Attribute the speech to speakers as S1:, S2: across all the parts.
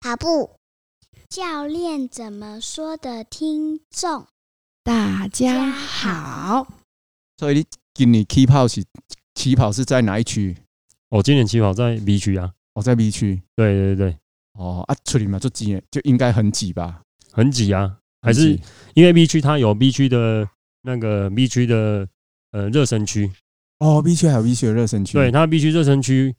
S1: 跑步。教练怎么说的？听众
S2: 大家
S1: 家
S2: 好，
S3: 所以你今年起跑是起跑是在哪一区？
S4: 我、哦今年起跑在 B 区啊，
S3: 我、在 B 区。
S4: 对对对，
S3: 哦啊，处理嘛就挤，就应该很挤吧？
S4: 很挤啊，还
S3: 很挤
S4: 是因为 B 区它有 B 区的那个 B 区的呃热身区，
S3: 哦，B 区还有 B 区的热身区，
S4: 对，它 B 区热身区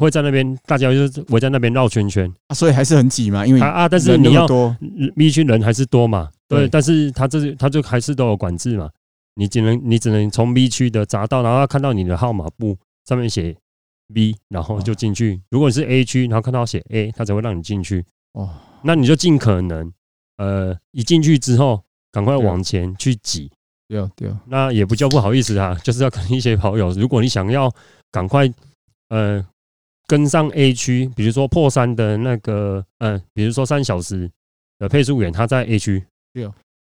S4: 会在那边，大家就是围在那边绕圈圈
S3: 啊，所以还是很挤嘛，因为
S4: 啊啊，但是
S3: 人那
S4: 你
S3: 么
S4: 要
S3: 多，
S4: 嗯 B 区人还是多嘛，对，
S3: 对
S4: 但是他这他就还是都有管制嘛，你只能你只能从 B 区的匝道，然后看到你的号码布上面写 B，然后就进去。如果你是 A 区，然后看到写 A，他才会让你进去。
S3: 哦，
S4: 那你就尽可能，呃，一进去之后赶快往前去挤，
S3: 对哦对哦，
S4: 那也不叫不好意思啊，就是要跟一些跑友，如果你想要赶快，呃。跟上 A 区，比如说破三的那个，嗯、比如说三小时的配速员，他在 A 区，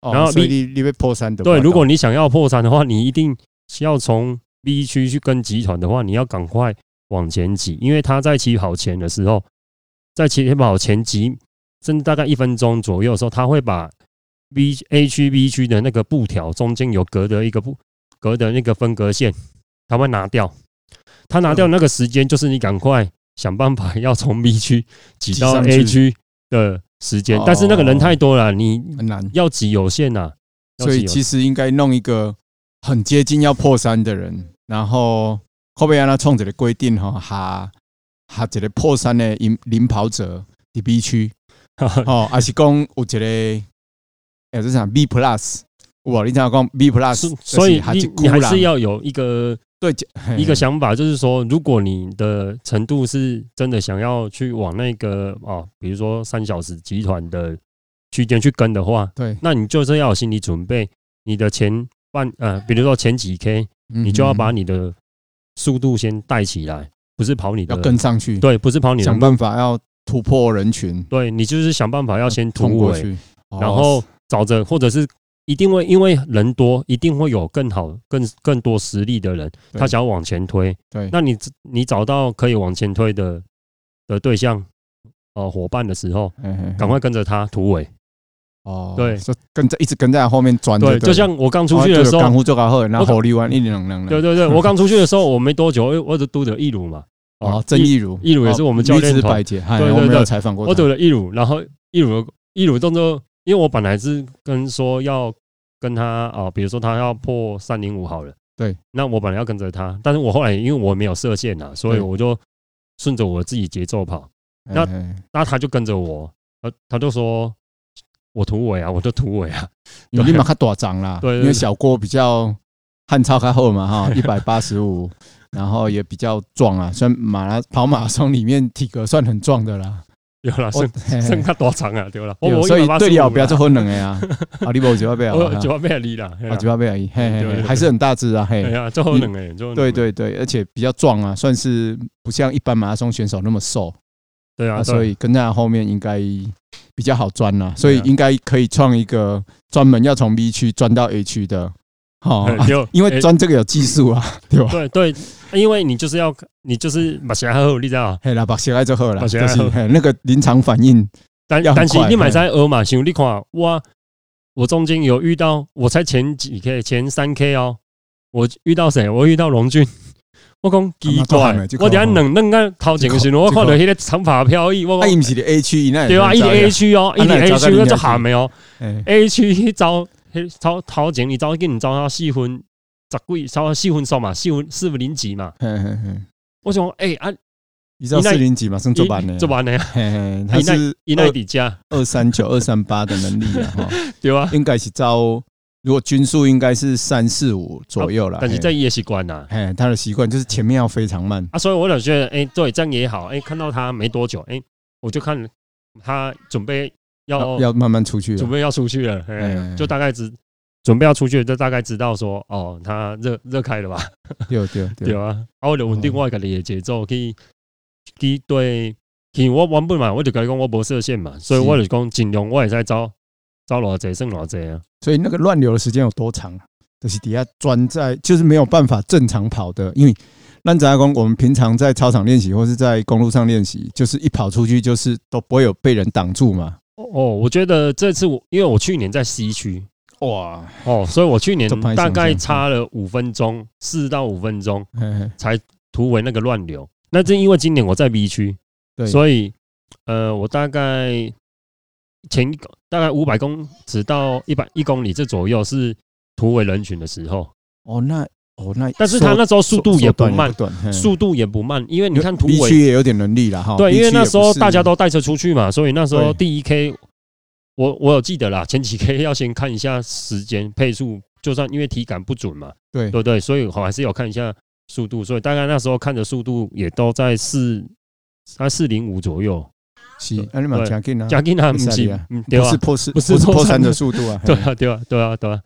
S3: 哦
S4: 然后
S3: 所以
S4: B-
S3: 你你被破三的，哦
S4: 对，如果你想要破产的话，你一定要从 B 区去跟集团的话，你要赶快往前挤，因为他在起跑前的时候，在起跑前几，甚至大概一分钟左右的时候，他会把 B A 区 B 区的那个布条中间有隔的一个布隔的那个分隔线，他会拿掉。他拿掉那个时间，就是你赶快想办法要从 B 区挤
S3: 挤
S4: 到
S3: 上
S4: A
S3: 去
S4: 区的时间，但是那个人太多了，你
S3: 很难，
S4: 要挤有限啊呐、要
S3: 所
S4: 挤哦
S3: 以
S4: 有
S3: 其实应该弄一个很接近要破三的人，然后后边让他创一个规定哈，哈哈一个破三的领领跑者伫 B 区，哦，还是讲有一个，诶、欸，这啥 B plus，哇，你讲讲 B plus，
S4: 是所以
S3: 还
S4: 你
S3: 是
S4: 你还是要有一个
S3: 对
S4: 一个想法，就是说，如果你的程度是真的想要去往那个啊，比如说三小时集团的区间去跟的话，
S3: 对，
S4: 那你就是要有心理准备，你的前半呃，比如说前几 K，
S3: 你
S4: 你就要
S3: 嗯
S4: 把你的速度先带起来，不是跑你
S3: 要
S4: 的，
S3: 跟上去，
S4: 对，不是跑你的
S3: 想
S4: 路，
S3: 办法要突破人群，
S4: 对你就是想办法要先
S3: 冲
S4: 突
S3: 过
S4: 围，
S3: 去，哦
S4: 然后找着或者是一定会因为人多，一定会有更好、更更多实力的人，
S3: 对
S4: 他想要往前推。
S3: 对，
S4: 那你你找到可以往前推的的对象，呃，伙伴的时候，
S3: 嘿嘿嘿
S4: 赶快跟着他突围。
S3: 哦，
S4: 对
S3: 就跟在一直跟在后面转，
S4: 对，
S3: 嗯对，哦
S4: 就像我刚出去的时
S3: 干
S4: 候，
S3: 护做搞好，然后
S4: 我
S3: 火力湾一两两
S4: 对对对，我刚出去的时候，我没多久，我我就嘟的一鲁嘛，啊
S3: 哦，郑
S4: 一，
S3: 义儒，
S4: 义儒也是我们
S3: 哦
S4: 教练
S3: 女子
S4: 团
S3: 百杰，嗨
S4: 对对
S3: 我没
S4: 对
S3: 有采访过
S4: 我
S3: 他，
S4: 嘟了一鲁，然后一鲁一鲁动作，因为我本来是跟说要跟他啊、比如说他要破三零五好了，
S3: 对，
S4: 那我本来要跟着他，但是我后来因为我没有射线啊，所以
S3: 对
S4: 我就顺着我自己节奏跑。
S3: 嘿
S4: 那
S3: 嘿
S4: 那他就跟着我，他他就说我突围啊，我就突围啊，
S3: 因为你嘛较大张啦，
S4: 对对对
S3: 因为小郭比较汉超较厚嘛哈，一百八十五， 然后也比较壮啊，算马拉 跑马拉松里面体格算很壮的啦，
S4: 对啦，
S3: 我
S4: 剩
S3: 嘿嘿
S4: 剩他多长啊，对啦，
S3: 对
S4: 我
S3: 哦哎所以对你后不要做
S4: 做，
S3: 混两个啊， 啊你无九八倍啊，
S4: 我九
S3: 啊
S4: 八倍离啦，嘿啦
S3: 九八倍而已，嘿嘿
S4: 对
S3: 嘿，
S4: 对
S3: 还是很大只啊，
S4: 哎
S3: 嘿，
S4: 呀，最后两个人，最后
S3: 对
S4: 两个人
S3: 对对，而且比较壮啊，算是不像一般马拉松选手那么瘦，
S4: 对
S3: 啊，
S4: 啊，
S3: 所
S4: 所以
S3: 以跟在后面应该比较好钻啦，所以
S4: 对啊
S3: 应该可以创一个专门要从 B 区钻到 A 区的，好、
S4: 嘿
S3: 啊
S4: 就
S3: 因为
S4: 哎
S3: 钻这个有技术啊，对吧？
S4: 对对，因为你就是要你就是马霞后，你知道吗，啊
S3: 嘿啦，把鞋来就好啦，
S4: 把鞋
S3: 就
S4: 来
S3: 是
S4: 好
S3: 嘿那个临场反应，
S4: 但
S3: 要很
S4: 但是
S3: 快
S4: 你买
S3: 嘿
S4: 在鹅嘛，像你看我我中间有遇到，我才前几 K 前三 K 哦，我遇到谁？我遇到龙俊。我讲奇
S3: 啊那
S4: 怪
S3: 看了这，
S4: 我
S3: 看
S4: 等下冷冷个头前的时候，我
S3: 这
S4: 看
S3: 看
S4: 到迄个长发飘逸，我
S3: 啊，
S4: 讲
S3: 伊毋是伫 A 区，伊那
S4: 哦对啊，一直 A
S3: 区，
S4: 区哦，一直
S3: 那你
S4: A
S3: 走到
S4: 区
S3: 你
S4: 那
S3: 那
S4: 就
S3: 区
S4: 喊没有
S3: 嘿
S4: 哦 A 区迄招迄超头前，你招给你招到四分十几，超四分数嘛，四分四分零几嘛。
S3: 嘿嘿嘿，
S4: 我想哎、啊，
S3: 你知道
S4: 他
S3: 四
S4: 那
S3: 零几嘛，算做版的，
S4: 做啊完了，
S3: 嘿，嘿，他是
S4: 伊奈底加
S3: 二三九、二三八的能 力啊，哈，
S4: 对啊，
S3: 应该是招，如果均速应该是三四五左右啦，
S4: 但是
S3: 嘿
S4: 这也习惯啊呐。
S3: 嘿，他的习惯就是前面要非常慢，
S4: 啊，所以我就觉得，哎、对，这样也好。哎、看到他没多久，哎、我就看他准备要
S3: 要要慢慢出去了啊
S4: 准。备要出去了，哎、
S3: 哎
S4: 就大概知准备要出去了，就大概知道说，哦，他热热开了吧。
S3: 对 对哦
S4: 对
S3: 对，
S4: 啊，啊，我就稳定我家己的节奏去去对，去我原本嘛，我就甲你讲我无设限嘛，所以
S3: 是
S4: 我就讲尽量我会使走走偌济算偌济啊，
S3: 所以那个乱流的时间有多长啊？就是底下钻在，就是没有办法正常跑的，因为咱杂工，我们平常在操场练习或是在公路上练习，就是一跑出去就是都不会有被人挡住嘛。
S4: 哦，我觉得这次我因为我去年在西区
S3: 哇，
S4: 哦，所以我去年
S3: 这不好意思
S4: 大概
S3: 我想
S4: 差了五分钟，四到五分钟
S3: 嘿嘿
S4: 才突围那个乱流。那正因为今年我在 B 区，
S3: 对，以
S4: 所以呃，我大概前一个大概五百公尺到一百一公里这左右是突围人群的时候，
S3: 哦那哦那，
S4: 但是他那时候速度也不慢，
S3: 短，嘿
S4: 速度也不慢，因为你看突
S3: 离
S4: 围，
S3: 区也嗯有点能力了哈。
S4: 对，
S3: 离
S4: 因为
S3: 区也
S4: 那
S3: 不
S4: 时候
S3: 是
S4: 大家都带车出去嘛，所以那时
S3: 对
S4: 候第一 K 我我有记得啦，前几 K 要先看一下时间配速，就算因为体感不准嘛，
S3: 对
S4: 对不对？所以我还是有看一下速度，所以大概那时候看的速度也都在四。在四零五左右，
S3: 是，啊你嘛
S4: 对
S3: 加紧啊，
S4: 加进他不
S3: 没事
S4: 是
S3: 啊，
S4: 嗯对
S3: 不
S4: 啊
S3: 是，破四，
S4: 不
S3: 不
S4: 是
S3: 是破
S4: 破三
S3: 三
S4: 的
S3: 的速度啊。
S4: 对
S3: 嘿
S4: 啊，对啊，对啊，对啊，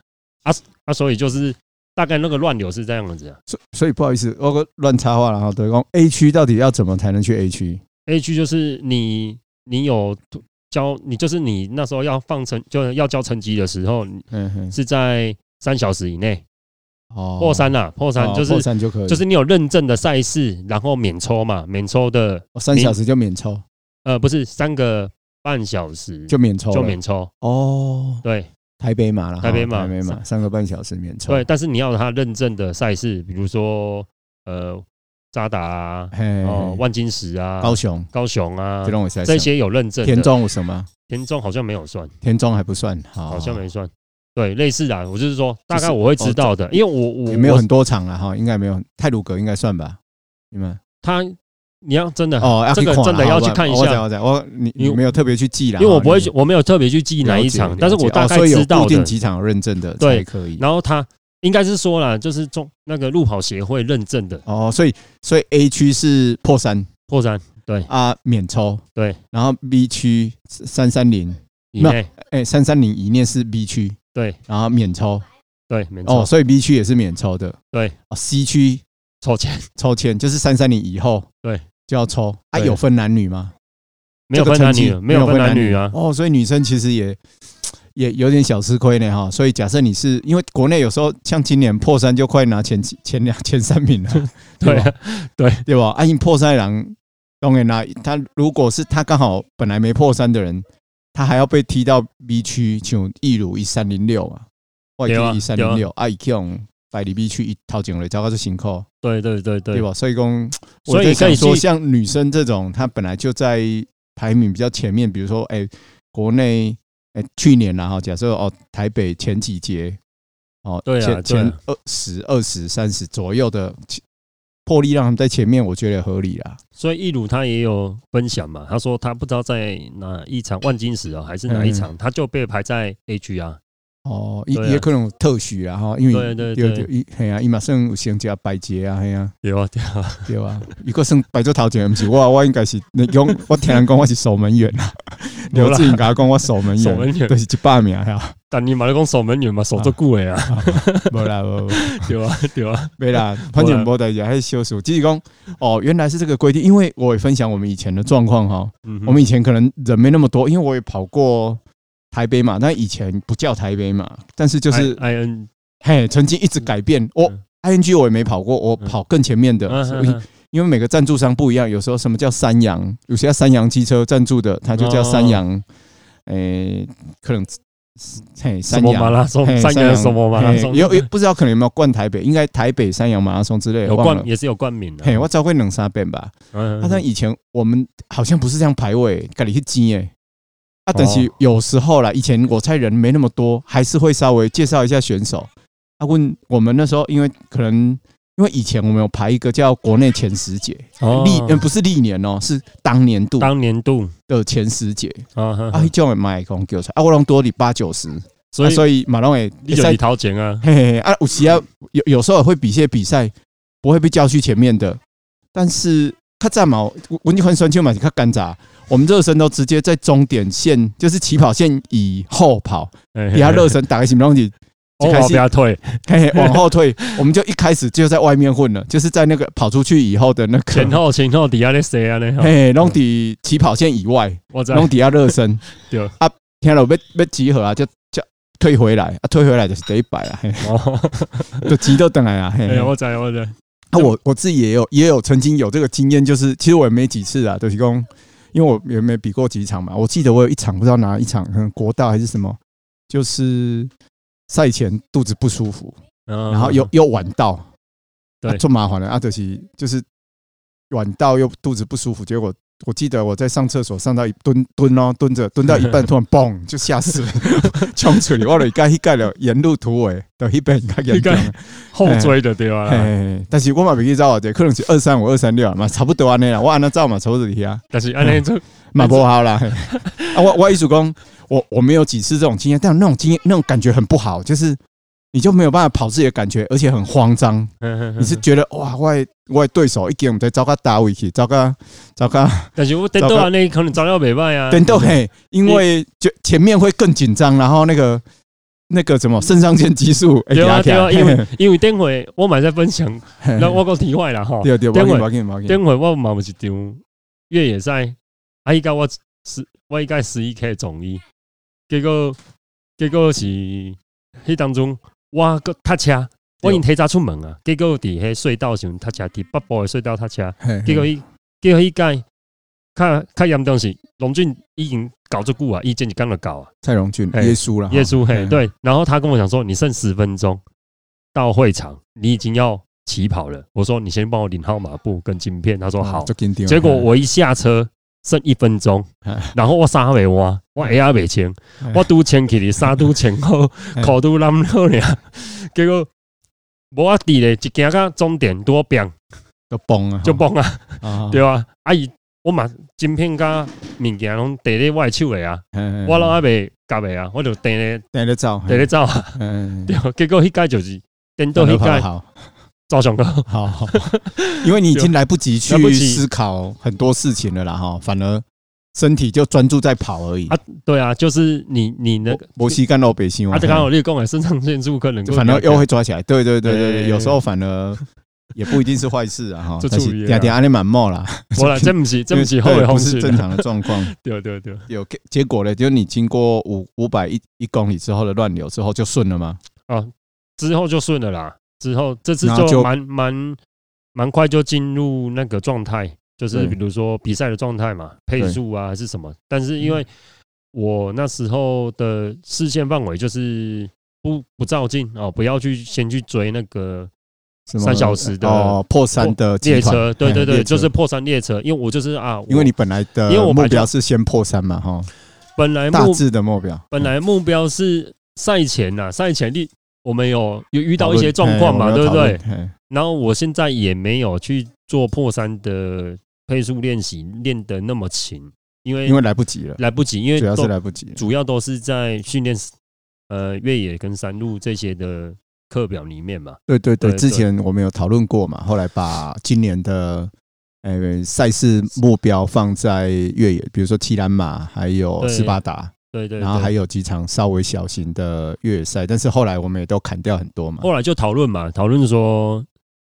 S4: 啊啊，所以就是大概那个乱流是这样子啊。
S3: 所所以不好意思，我乱插话了哈。对，讲 A 区到底要怎么才能去 A 区？
S4: A 区就是你你有交，你就是你那时候要放成就是要交成绩的时候，你
S3: 嗯哼，
S4: 是在三小时以内
S3: 哦
S4: 破三啦，破三
S3: 哦
S4: 就
S3: 破
S4: 是
S3: 三就可以，
S4: 就是你有认证的赛事，然后免抽嘛，免抽的
S3: 哦三小时就免抽，
S4: 呃不是三个半小时
S3: 就免抽了，
S4: 就免抽，
S3: 哦。
S4: 对
S3: 台北马了哈，
S4: 台北马
S3: 台北马
S4: 是
S3: 三个半小时免抽。
S4: 对，，但是你要有它认证的赛事，比如说呃扎达啊，
S3: 嘿，
S4: 哦
S3: 嘿
S4: 万金石啊，
S3: 高雄
S4: 高雄啊
S3: 这，种我在
S4: 这些有认证的
S3: 田中有什么？
S4: 田中好像没有算。
S3: 田中还不算，哦好
S4: 好像没算。对，类似啊，我就是说，大概我会
S3: 就是哦
S4: 知道的，因为我我
S3: 也没有
S4: 我
S3: 很多场了哈，应该没有。泰鲁格应该算吧？你们
S4: 他，你要真的
S3: 哦，要
S4: 这
S3: 去
S4: 个
S3: 看啦
S4: 真的要
S3: 好吧
S4: 去看一
S3: 我知道
S4: 下，
S3: 我知道我你
S4: 因为
S3: 你没有特别去记啦，
S4: 因为我
S3: 哈
S4: 不会
S3: 你
S4: 去，我没有特别去记哪一
S3: 了
S4: 场，
S3: 解
S4: 但是我
S3: 了解
S4: 大
S3: 哦
S4: 概
S3: 所以有
S4: 知道
S3: 固定
S4: 的。
S3: 几场有认证的
S4: 对
S3: 才可以。
S4: 然后他应该是说了，就是中那个路跑协会认证的
S3: 哦，所以所以 A 区是破三
S4: 破三
S3: 啊，免抽
S4: 对，
S3: 然后 B 区三三零，
S4: 以内，
S3: 哎，三三零以内是 B 区，
S4: 对
S3: 然后免抽
S4: 对，没
S3: 哦，
S4: 错，
S3: 所以 B 区也是免抽的。
S4: 对
S3: 哦，C 区
S4: 抽签
S3: 抽签就是三三零以后，
S4: 对，
S3: 就要抽啊，
S4: 对
S3: 有分男女吗？
S4: 没有
S3: 这个
S4: 分男
S3: 成绩
S4: 女，没有分男女啊，
S3: 哦，所以女生其实也也有点小吃亏呢哈。所以假设你是因为国内有时候像今年破三就快拿前几前两前三名了，
S4: 对
S3: 吧
S4: 啊，
S3: 对吧？啊，因为破三的人当然啦，他如果是他刚好本来没破三的人，他还要被踢到 B 区，像一如一三零六嘛，外
S4: 对啊
S3: 地一三零六，啊，一用百里 B 区一头前了，糟糕就辛苦。
S4: 对对对
S3: 对
S4: 对，
S3: 吧？所以讲，
S4: 所以
S3: 我在想
S4: 可以
S3: 说，
S4: 去
S3: 像女生这种，她本来就在排名比较前面，比如说，哎、国内，哎、去年然后假设哦，台北前几节，哦，
S4: 对啊
S3: 前
S4: 对啊
S3: 前二十二十三十左右的破例，让他们在前面，我觉得也合理啦。
S4: 所以易鲁他也有分享嘛，他说他不知道在哪一场万金石啊，还是哪
S3: 嗯
S4: 一场，他就被排在 A 区啊。
S3: 哦，也
S4: 对啊
S3: 也可能有特许啦哈，因为
S4: 对对对
S3: 对，嘿啊，伊嘛算有成加百节啊，嘿啊，
S4: 有啊， 对啊，
S3: 对吧？伊个算摆做头前，毋是我，我应该是你讲，我听人讲我是守门员啊，
S4: 没有
S3: 刘
S4: 啦
S3: 志颖甲我讲我守门
S4: 守
S3: 员，啊
S4: 门员
S3: 就是一百名呀。
S4: 但你嘛咧讲守门员嘛，守足久的啊，
S3: 无啦，无
S4: 对啊，对啊，
S3: 没啦，反正无代志，还是修书。只是讲哦，原来是这个规定，因为我也分享我们以前的状况哈。
S4: 嗯哼
S3: 我们以前可能人没那么多，因为我也跑过台北嘛，但以前不叫台北嘛，但是就是
S4: I N
S3: 嘿，曾经一直改变。我
S4: 哎嗯
S3: ING 我也没跑过，我跑更前面的，
S4: 啊
S3: 所以因为每个赞助商不一样，有时候什么叫三洋，有些叫三洋机车赞助的，它就叫三
S4: 哦
S3: 洋，诶，可能嘿
S4: 什
S3: 三
S4: 么
S3: 洋
S4: 马拉松，
S3: 嘿
S4: 三洋什么马拉松，
S3: 嘿 有有不知道可能有没有冠台北，应该台北三洋马拉松之类的，
S4: 有
S3: 忘了
S4: 冠。也是有冠名的。
S3: 嘿，我招过两三遍吧。
S4: 嗯，
S3: 啊，但以前我们好像不是这样排位，家里去挤诶。啊，但是
S4: 哦
S3: 有时候啦，以前我猜人没那么多，还是会稍微介绍一下选手。啊，问我们那时候，因为可能因为以前我们有排一个叫国内前十节，
S4: 哦
S3: 历呃不是历年哦，是当年度
S4: 当年度
S3: 的前十节。
S4: 啊哈
S3: 啊，
S4: 哈
S3: 迄，种诶卖讲叫啥？啊，我拢多你八九十，
S4: 所
S3: 啊，
S4: 以
S3: 所以嘛拢会
S4: 你就李桃前啊，
S3: 嘿嘿啊，有时啊，有有时候也会比一些比赛不会被叫去前面的，但是他站嘛，文俊宽酸秋嘛，他干啥？我们热身都直接在终点线，就是起跑线以后跑，
S4: 比
S3: 比他热身打开什么东西，
S4: 哦，
S3: 一开
S4: 我不
S3: 始
S4: 要退，
S3: 嘿嘿往后退，我们就一开始就在外面混了，就是在那个跑出去以后的那
S4: 前
S3: 个，
S4: 后前后底下咧谁啊咧？
S3: 嘿嘿，弄底起跑线以外，
S4: 我知道
S3: 弄底下热身
S4: 对，
S3: 啊，听了要要集合啊，就就退回来啊，退回来就是第一百啊，嘿
S4: 哦，
S3: 就集都等来啊，嘿
S4: 哎，
S3: 嘿。
S4: 我知道我知道，
S3: 啊，我我自己也有也有曾经有这个经验，就是其实我也没几次啊，就是讲，因为我也没比过几场嘛。我记得我有一场不知道哪一场，可能国大还是什么，就是赛前肚子不舒服，
S4: 然
S3: 然后又又晚到，
S4: 嗯对
S3: 啊最麻烦了啊，就是就是晚到又肚子不舒服，结果。我记得我在上厕所上到一蹲蹲哦，蹲着蹲到一半，突然嘣就吓死了， 冲出去，我就盖一盖了，沿路突围，到一边盖严重
S4: 那。后追的对啊吧？
S3: 嘿，但是我嘛袂记走啊，这可能是二三五、二三六啊嘛，差不多安尼啦。我安那走嘛，差不多是 啊，
S4: 但是安尼就
S3: 嘛不好啦。嘿 啊，我我意思讲，我我没有几次这种经验，但那种经验那种感觉很不好，就是你就没有办法跑自己的感觉，而且很慌张。你
S4: 你
S3: 是觉得哇，我的我的对手一经毋知走到倒位去，走到走 到
S4: 但是我等到安尼可能早料袂歹啊，
S3: 等到嘿，因为就前面会更紧张，然后那个那个什么肾上腺激素哎会
S4: 对啊
S3: 压起
S4: 对
S3: 来，
S4: 啊，因
S3: 嘿
S4: 为因为等会我嘛在分享，
S3: 嘿
S4: 那我讲题外啦吼，
S3: 对啊对，
S4: 等
S3: 等
S4: 会
S3: 会等会
S4: 等会我嘛有一场越野赛，啊，伊甲我十我伊甲十一 K 总一，结果结果是迄当中我个踏车，我已经提早出门啊，结果伫迄隧道上踏车，伫北部的隧道踏车，
S3: 嘿
S4: 结果伊结果伊届较较严重是龙俊已经搞足久啊，伊前一工就搞啊。
S3: 蔡荣俊
S4: 嘿
S3: 耶稣了，
S4: 耶稣
S3: 啊哈
S4: 嘿，，对。然后他跟我讲说，你剩十分钟到会场，你已经要起跑了。我说你先帮我领号码布跟晶片。他说好。
S3: 就啊紧张。
S4: 结 果我一下车剩一分钟
S3: 嗯，
S4: 然后我刹尾弯，我 A R 尾前
S3: 嗯，
S4: 我拄前去哩，刹拄前后，
S3: 嗯
S4: 口拄烂好俩。 结果无我伫咧，一行到终点多变
S3: 就崩啊，
S4: 就崩啊，
S3: 啊，
S4: 对啊，啊伊我嘛晶片甲物件拢伫咧我的手诶啊，
S3: 嘿
S4: 我拢还袂夹诶啊，我就等咧
S3: 等下走，
S4: 等咧走啊。
S3: 嗯，
S4: 对，结果迄届就是颠倒
S3: 都
S4: 迄届
S3: 好
S4: 照相个，
S3: 好 好，因为你已经来不及
S4: 啊来不
S3: 去
S4: 及
S3: 思考很多事情了啦哈，反而身体就专注在跑而已
S4: 啊。对啊，就是你你那个
S3: 摩西干到北新
S4: 啊，
S3: 啊，
S4: 这刚好你讲的肾上腺素可能
S3: 就反而又
S4: 会
S3: 会抓起来，对对对对
S4: 对
S3: 对，有时候反而也不一定是坏事 啊哈，
S4: 这
S3: 但
S4: 注意
S3: 是
S4: 啊
S3: 点点安利满冒 啦，
S4: 无啦，真不是真不是
S3: 因为
S4: 后
S3: 对
S4: 悔
S3: 不
S4: 风
S3: 是
S4: 险，
S3: 正常的状况。
S4: 对对对，
S3: 有结结果呢，就是你经过五五百一一公里之后的乱流之后就顺了吗？
S4: 啊之后就顺了啦，之后这次
S3: 然后
S4: 就
S3: 就
S4: 蛮蛮蛮快就进入那个状态，就是
S3: 对
S4: 比如说比赛的状态嘛，配
S3: 对嗯
S4: 速啊还是什么，但是因为我那时候的视线范围就是不不照进哦，不要去先去追那个
S3: 什么
S4: 三小时的
S3: 哦，破三的集
S4: 列
S3: 团
S4: 车，对对
S3: 嗯
S4: 对，
S3: 列车
S4: 就是破三列车，因为我就是啊，我
S3: 因为你本来的
S4: 因为我本
S3: 目
S4: 来就
S3: 标是先破三嘛，哈，
S4: 本来
S3: 大
S4: 目
S3: 致嗯的目标。
S4: 本来目标是赛前呐、赛前你我们有有遇
S3: 遇
S4: 到一些状
S3: 哎
S4: 况嘛，对不对？？
S3: 嘿
S4: 然后我现在也没有去做破三的配速练习，练得那么勤，因为
S3: 因为来不及了，
S4: 来不及，因为
S3: 主要
S4: 都
S3: 是来不及了。
S4: 主要都是在训练呃越野跟山路这些的课表里面嘛，
S3: 对对对，
S4: 对
S3: 之前我们有讨论过嘛，后来把今年的呃赛事目标放在越野，比如说七兰马，还有
S4: 对
S3: 斯巴达，
S4: 对对对。
S3: 然后还有几场稍微小型的越野赛，但是后来我们也都砍掉很多嘛。
S4: 后来就讨论嘛，讨论说，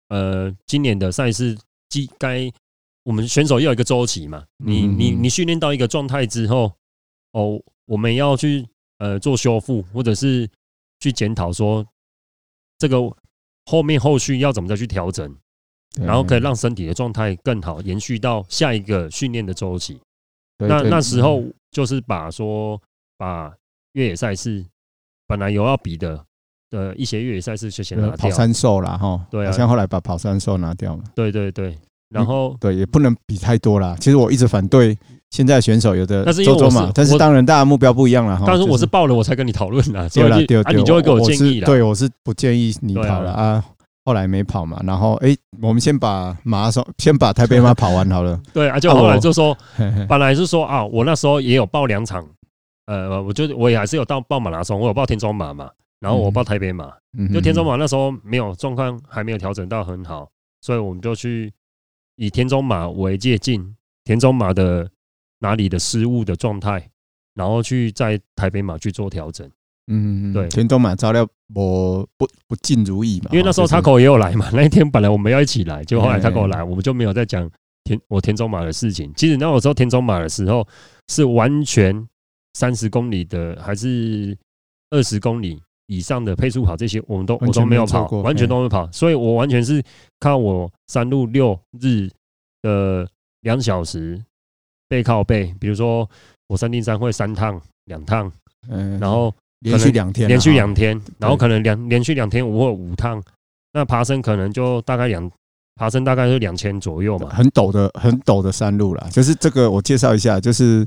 S4: 呃，今年的赛事既该我们选手要有一个周期嘛，你
S3: 嗯
S4: 你你训练到一个状态之后，哦，我们要去呃做修复，或者是去检讨说这个后面后续要怎么再去调整，
S3: 对嗯
S4: 然后可以让身体的状态更好，延续到下一个训练的周期。
S3: 对
S4: 那
S3: 对嗯
S4: 那时候就是把说把越野赛事本来有要比的的一些越野赛事就先拿
S3: 呃
S4: 掉，
S3: 跑山兽啦，哈，
S4: 对啊
S3: 好像后来把跑山兽拿掉嘛。
S4: 对对对，
S3: 嗯
S4: 然后
S3: 对，也不能比太多啦。其实我一直反对现在的选手有的
S4: 但是因为
S3: 周周
S4: 我是
S3: 嘛，但
S4: 我
S3: 是当然大家目标不一样了哈。
S4: 当时我
S3: 就是
S4: 报了我才跟你讨论啦，所
S3: 对啦
S4: 以
S3: 对
S4: 就啊
S3: 对，
S4: 你就会给
S3: 我
S4: 建议
S3: 是
S4: 啦，
S3: 对，我是不建议你
S4: 对啊
S3: 跑了啊。后来没跑嘛，然后诶，我们先把马拉松，先把台北马跑完好 了。
S4: 对啊，就
S3: 啊
S4: 后来
S3: 我
S4: 就说
S3: 嘿嘿
S4: 本来是说啊，我那时候也有报两场，呃，我就我也还是有到报马拉松，我有报田中马嘛，然后我报台北马，
S3: 嗯
S4: 就
S3: 哼
S4: 田中马那时候没有状况，还没有调整到很好，所以我们就去以田中马为借鉴，田中马的哪里的失误的状态，然后去在台北马去做调整。
S3: 嗯，嗯嗯
S4: 对
S3: 田中马照料我不不尽如意嘛，
S4: 因为那时候
S3: 哦就是
S4: Taco 也有来嘛，那一天本来我们要一起来，结果后来
S3: 哎
S4: Taco 来，我们就没有再讲田我田中马的事情。其实那个时候田中马的时候是完全三十公里的还是二十公里以上的配速跑这些，我们都我
S3: 完全
S4: 都没有
S3: 没做
S4: 跑，
S3: 过
S4: 完全都没有跑，所以我完全是靠我三路六日的两小时背靠背，比如说我三定三会三趟两趟，
S3: 嗯，
S4: 然后
S3: 连续两天啊，
S4: 连续两天，然后
S3: 对
S4: 可能两连续两天我会有五趟，那爬升可能就大概两爬升大概是两千左右嘛，
S3: 很陡的很陡的山路啦，就是这个我介绍一下，就是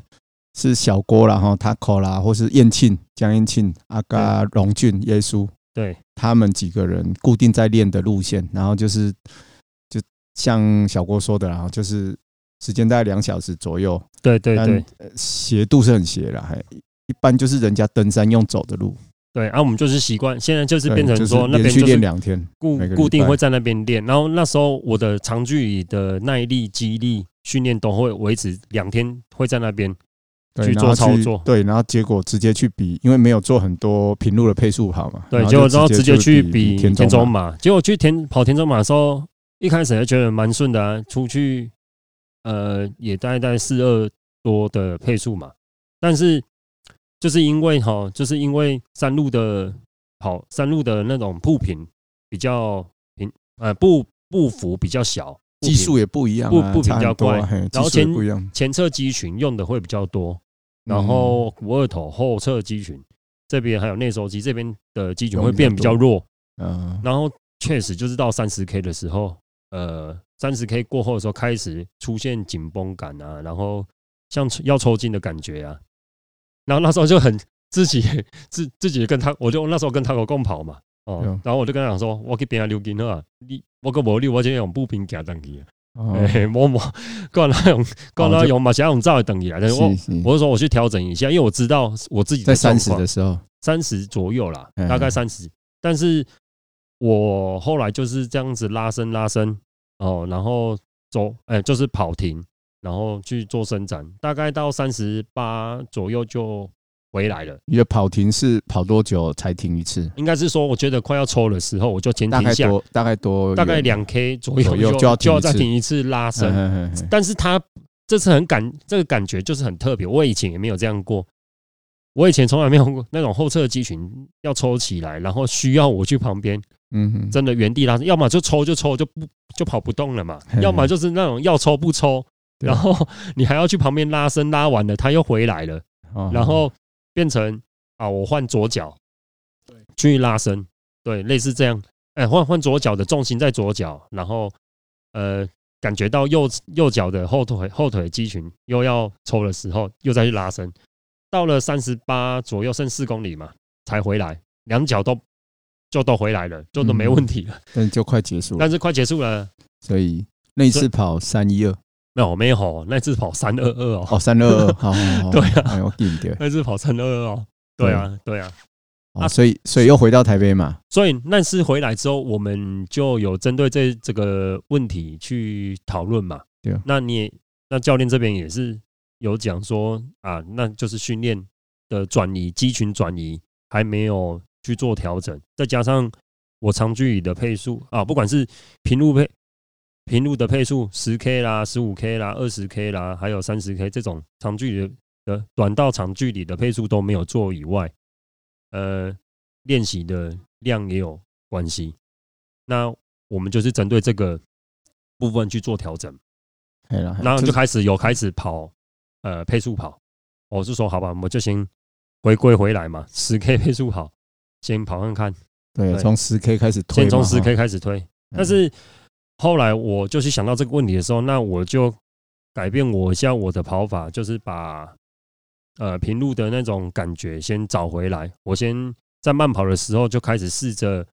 S3: 是小郭啦哈，Taco 啦，或是燕庆、江燕庆、阿嘎、荣俊、耶稣
S4: 对，
S3: 他们几个人固定在练的路线，然后就是就像小郭说的啦，然后就是时间大概两小时左右，
S4: 对对
S3: 但
S4: 对
S3: 呃斜度是很斜啦，还一般就是人家登山用走的路，
S4: 对，啊，我们就是习惯，现在就是
S3: 对
S4: 变成
S3: 就是
S4: 说那
S3: 连
S4: 边
S3: 续
S4: 就
S3: 练
S4: 是
S3: 两天，
S4: 固
S3: 每个礼
S4: 固定
S3: 拜
S4: 会在那边练，然后那时候我的长距离的耐力、肌力训练都会维持两天，会在那边。
S3: 对
S4: 去
S3: 然
S4: 做
S3: 后
S4: 操
S3: 去
S4: 作
S3: 对，然后结果直接去比，因为没有做很多平路的配速跑嘛，
S4: 对，
S3: 然
S4: 就
S3: 后
S4: 然后直接去比
S3: 田
S4: 田
S3: 中
S4: 中
S3: 马，
S4: 马，结果去田跑田中马的时候，一开始还觉得蛮顺的啊，出去呃也大概在四二多的配速嘛，但是就是因为哈，就是因为山路的跑山路的那种步频比较平，呃步步幅比较小，步
S3: 技
S4: 频
S3: 术也不一样
S4: 步
S3: 啊，
S4: 步频
S3: 差很
S4: 较
S3: 多啊
S4: 快
S3: 嘿
S4: 然后
S3: 技术也
S4: 前
S3: 不一样，
S4: 前侧肌群用的会比较多，然
S3: 嗯
S4: 后股二头后侧肌群这边还有内收肌这边的肌群
S3: 用
S4: 会
S3: 比
S4: 变
S3: 较
S4: 比较
S3: 多
S4: 弱，
S3: 嗯，
S4: 然后确实就是到三十 K 的时候，呃，三十 K 过后的时候开始出现紧绷感啊，然后像抽要抽筋的感觉啊，然后那时候就很自己 自自己跟他，我就那时候跟他狗共跑嘛，哦
S3: 对啊，
S4: 然后我就跟他讲说，我去边啊溜筋啊，你我个无溜，我这用步兵行上去啊，
S3: 哦
S4: 哎、我我我那用我那用嘛，想用照等去啊，但是我
S3: 是是
S4: 我就说我去调整一下，因为我知道我自己
S3: 在
S4: 的状
S3: 三十
S4: 况啊
S3: 的时候，
S4: 三十左右啦，
S3: 嗯
S4: 大概三十。但是我后来就是这样子拉伸拉伸哦，然后走，哎、就是跑停，然后去做伸展，大概到三十八左右就回来了。
S3: 你的跑停是跑多久才停一次？
S4: 应该是说，我觉得快要抽的时候，我就先
S3: 大
S4: 停
S3: 概
S4: 下，
S3: 多大概多
S4: 大概
S3: 远啊
S4: 两 K 左右
S3: 左右
S4: 就
S3: 就要
S4: 就
S3: 停
S4: 要
S3: 一
S4: 再
S3: 次
S4: 停一次拉伸。
S3: 嗯嗯嗯嗯
S4: 但是他这次很感，这个感觉就是很特别。我以前也没有这样过，我以前从来没有过那种后侧肌群要抽起来，然后需要我去旁边
S3: 嗯哼，
S4: 真的原地拉伸，要么就抽就抽就不就跑不动了嘛
S3: 嘿，嘿
S4: 要么就是那种要抽不抽，
S3: 对啊
S4: 然后你还要去旁边拉伸，拉完了他又回来了，
S3: 哦
S4: 然后变成啊我换左脚去拉伸，对，类似这样，哎换换左脚的重心在左脚，然后呃感觉到右右脚的后腿后腿肌群又要抽的时候，又再去拉伸，到了三十八左右剩四公里嘛才回来，两脚都。就都回来了，就都没
S3: 嗯
S4: 问题了。
S3: 但是就快结束了，
S4: 但是快结束了，
S3: 所以那一次跑三一二
S4: 没有没有吼，那次跑三二二哦，
S3: 哦，三二二，好，好好
S4: 对啊
S3: 哎我定掉，
S4: 那次跑三二二哦，对啊对啊，
S3: 哦
S4: 啊
S3: 所以所以又回到台北嘛，
S4: 所以那次回来之后，我们就有针对这这个问题去讨论嘛。
S3: 对啊
S4: 那你也那教练这边也是有讲说啊，那就是训练的转移，肌群转移还没有去做调整，再加上我长距离的配速啊，不管是平路配平路的配速十 K 啦、十五 K 啦、二十 K 啦，还有三十 K 这种长距离的短到长距离的配速都没有做以外，呃，练习的量也有关系。那我们就是针对这个部分去做调整，
S3: 哎啦
S4: 然后
S3: 是
S4: 就开始有开始跑，呃，配速跑。我是说，好吧，我们就先回归回来嘛，十 K 配速跑，先跑看看，
S3: 对，
S4: 对
S3: 从十 K 开始推
S4: 先
S3: 嘛，
S4: 从
S3: 哈嗯
S4: 十 K 开始推。但是后来我就是想到这个问题的时候，那我就改变我一下我的跑法，就是把呃平路的那种感觉先找回来。我先在慢跑的时候就开始试着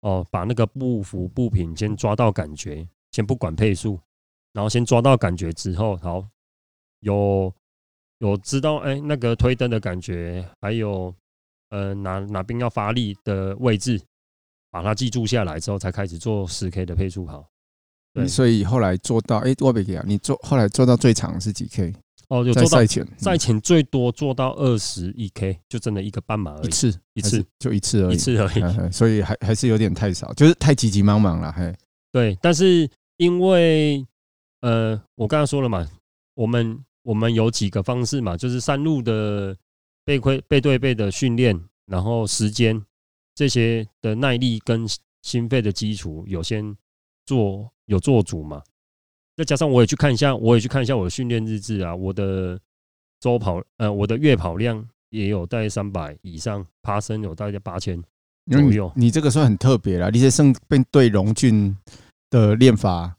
S4: 哦，把那个步幅步频先抓到感觉，先不管配速，然后先抓到感觉之后，好有有知道哎、那个推蹬的感觉，还有呃哪哪边要发力的位置，把它记住下来之后，才开始做十 K 的配速跑。对
S3: 你所以后来做到，哎，我别给啊，你做后来做到最长是几 K？
S4: 哦，有
S3: 在
S4: 做到
S3: 赛前
S4: 赛前最多做到二十一 K，就真的一个半马而
S3: 一
S4: 已，
S3: 次
S4: 一
S3: 嗯还是
S4: 次
S3: 就一次而已，
S4: 一次而已。
S3: 嗯，嗯所以还还是有点太少，就是太急急忙忙了，嘿，
S4: 对，但是因为呃，我刚刚说了嘛，我们我们有几个方式嘛，就是山路的背盔背对背的训练，然后时间这些的耐力跟心肺的基础有先做有做足嘛。再加上我也去看一下，我也去看一下我的训练日志啊，我的周跑呃我的月跑量也有大概三百以上，爬升有大概八千，
S3: 因为
S4: 左右
S3: 你你这个算很特别啦，你这算变对龙俊的练法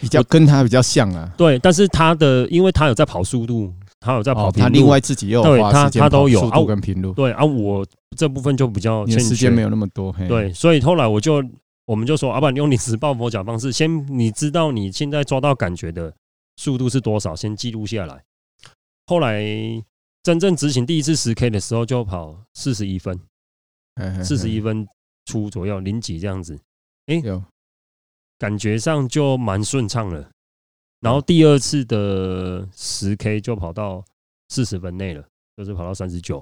S3: 比较跟他比较像啊。
S4: 对，但是他的因为他有在跑速度，他有在跑
S3: 哦，
S4: 平
S3: 他
S4: 路，
S3: 另外自己又
S4: 对
S3: 花
S4: 他
S3: 时间
S4: 他都
S3: 跑
S4: 有
S3: 速
S4: 啊
S3: 度
S4: 我
S3: 跟平路，
S4: 对啊，我这部分就比较
S3: 你
S4: 欠
S3: 的时间
S4: 缺
S3: 没有那么多。嘿，
S4: 对，所以后来我就我们就说，啊阿爸，你用你死抱佛脚方式，先你知道你现在抓到感觉的速度是多少，先记录下来。后来真正执行第一次十 K 的时候，就跑四十一分，
S3: 嘿，嘿
S4: 四十一分出左右，零几这样子，
S3: 嘿有
S4: 感觉上就蛮顺畅了。然
S3: 嗯
S4: 后第二次的十 K 就跑到四十分内了，就是跑到三十九，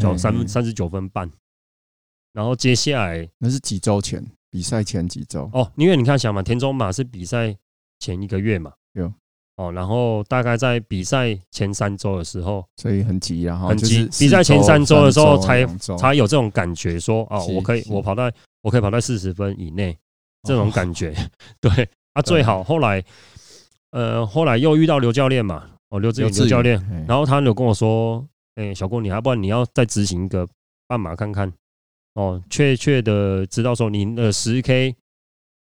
S4: 就
S3: 嘿
S4: 三
S3: 嘿
S4: 三十九分半。然后接下来
S3: 那是几周前比赛前几周，
S4: 哦，因为你看想嘛，田中马是比赛前一个月嘛，
S3: 有
S4: 哦，然后大概在比赛前三周的时候，
S3: 所以很急啊，哈
S4: 很急
S3: 就是四
S4: 比赛前三周的时候
S3: 三
S4: 才
S3: 两周
S4: 才有这种感觉说，哦，
S3: 哦是
S4: 我可以
S3: 是哦
S4: 我跑到我可以跑到四十分以内这种感觉， 对啊，最
S3: 对
S4: 好后来呃后来又遇到刘教练嘛，哦刘志
S3: 有
S4: 远
S3: 自
S4: 刘
S3: 己
S4: 教练，，
S3: 嘿
S4: 然后他有跟我说，哎、小郭你要不然你要再执行一个半马看看，哦，确切的知道说你的十 K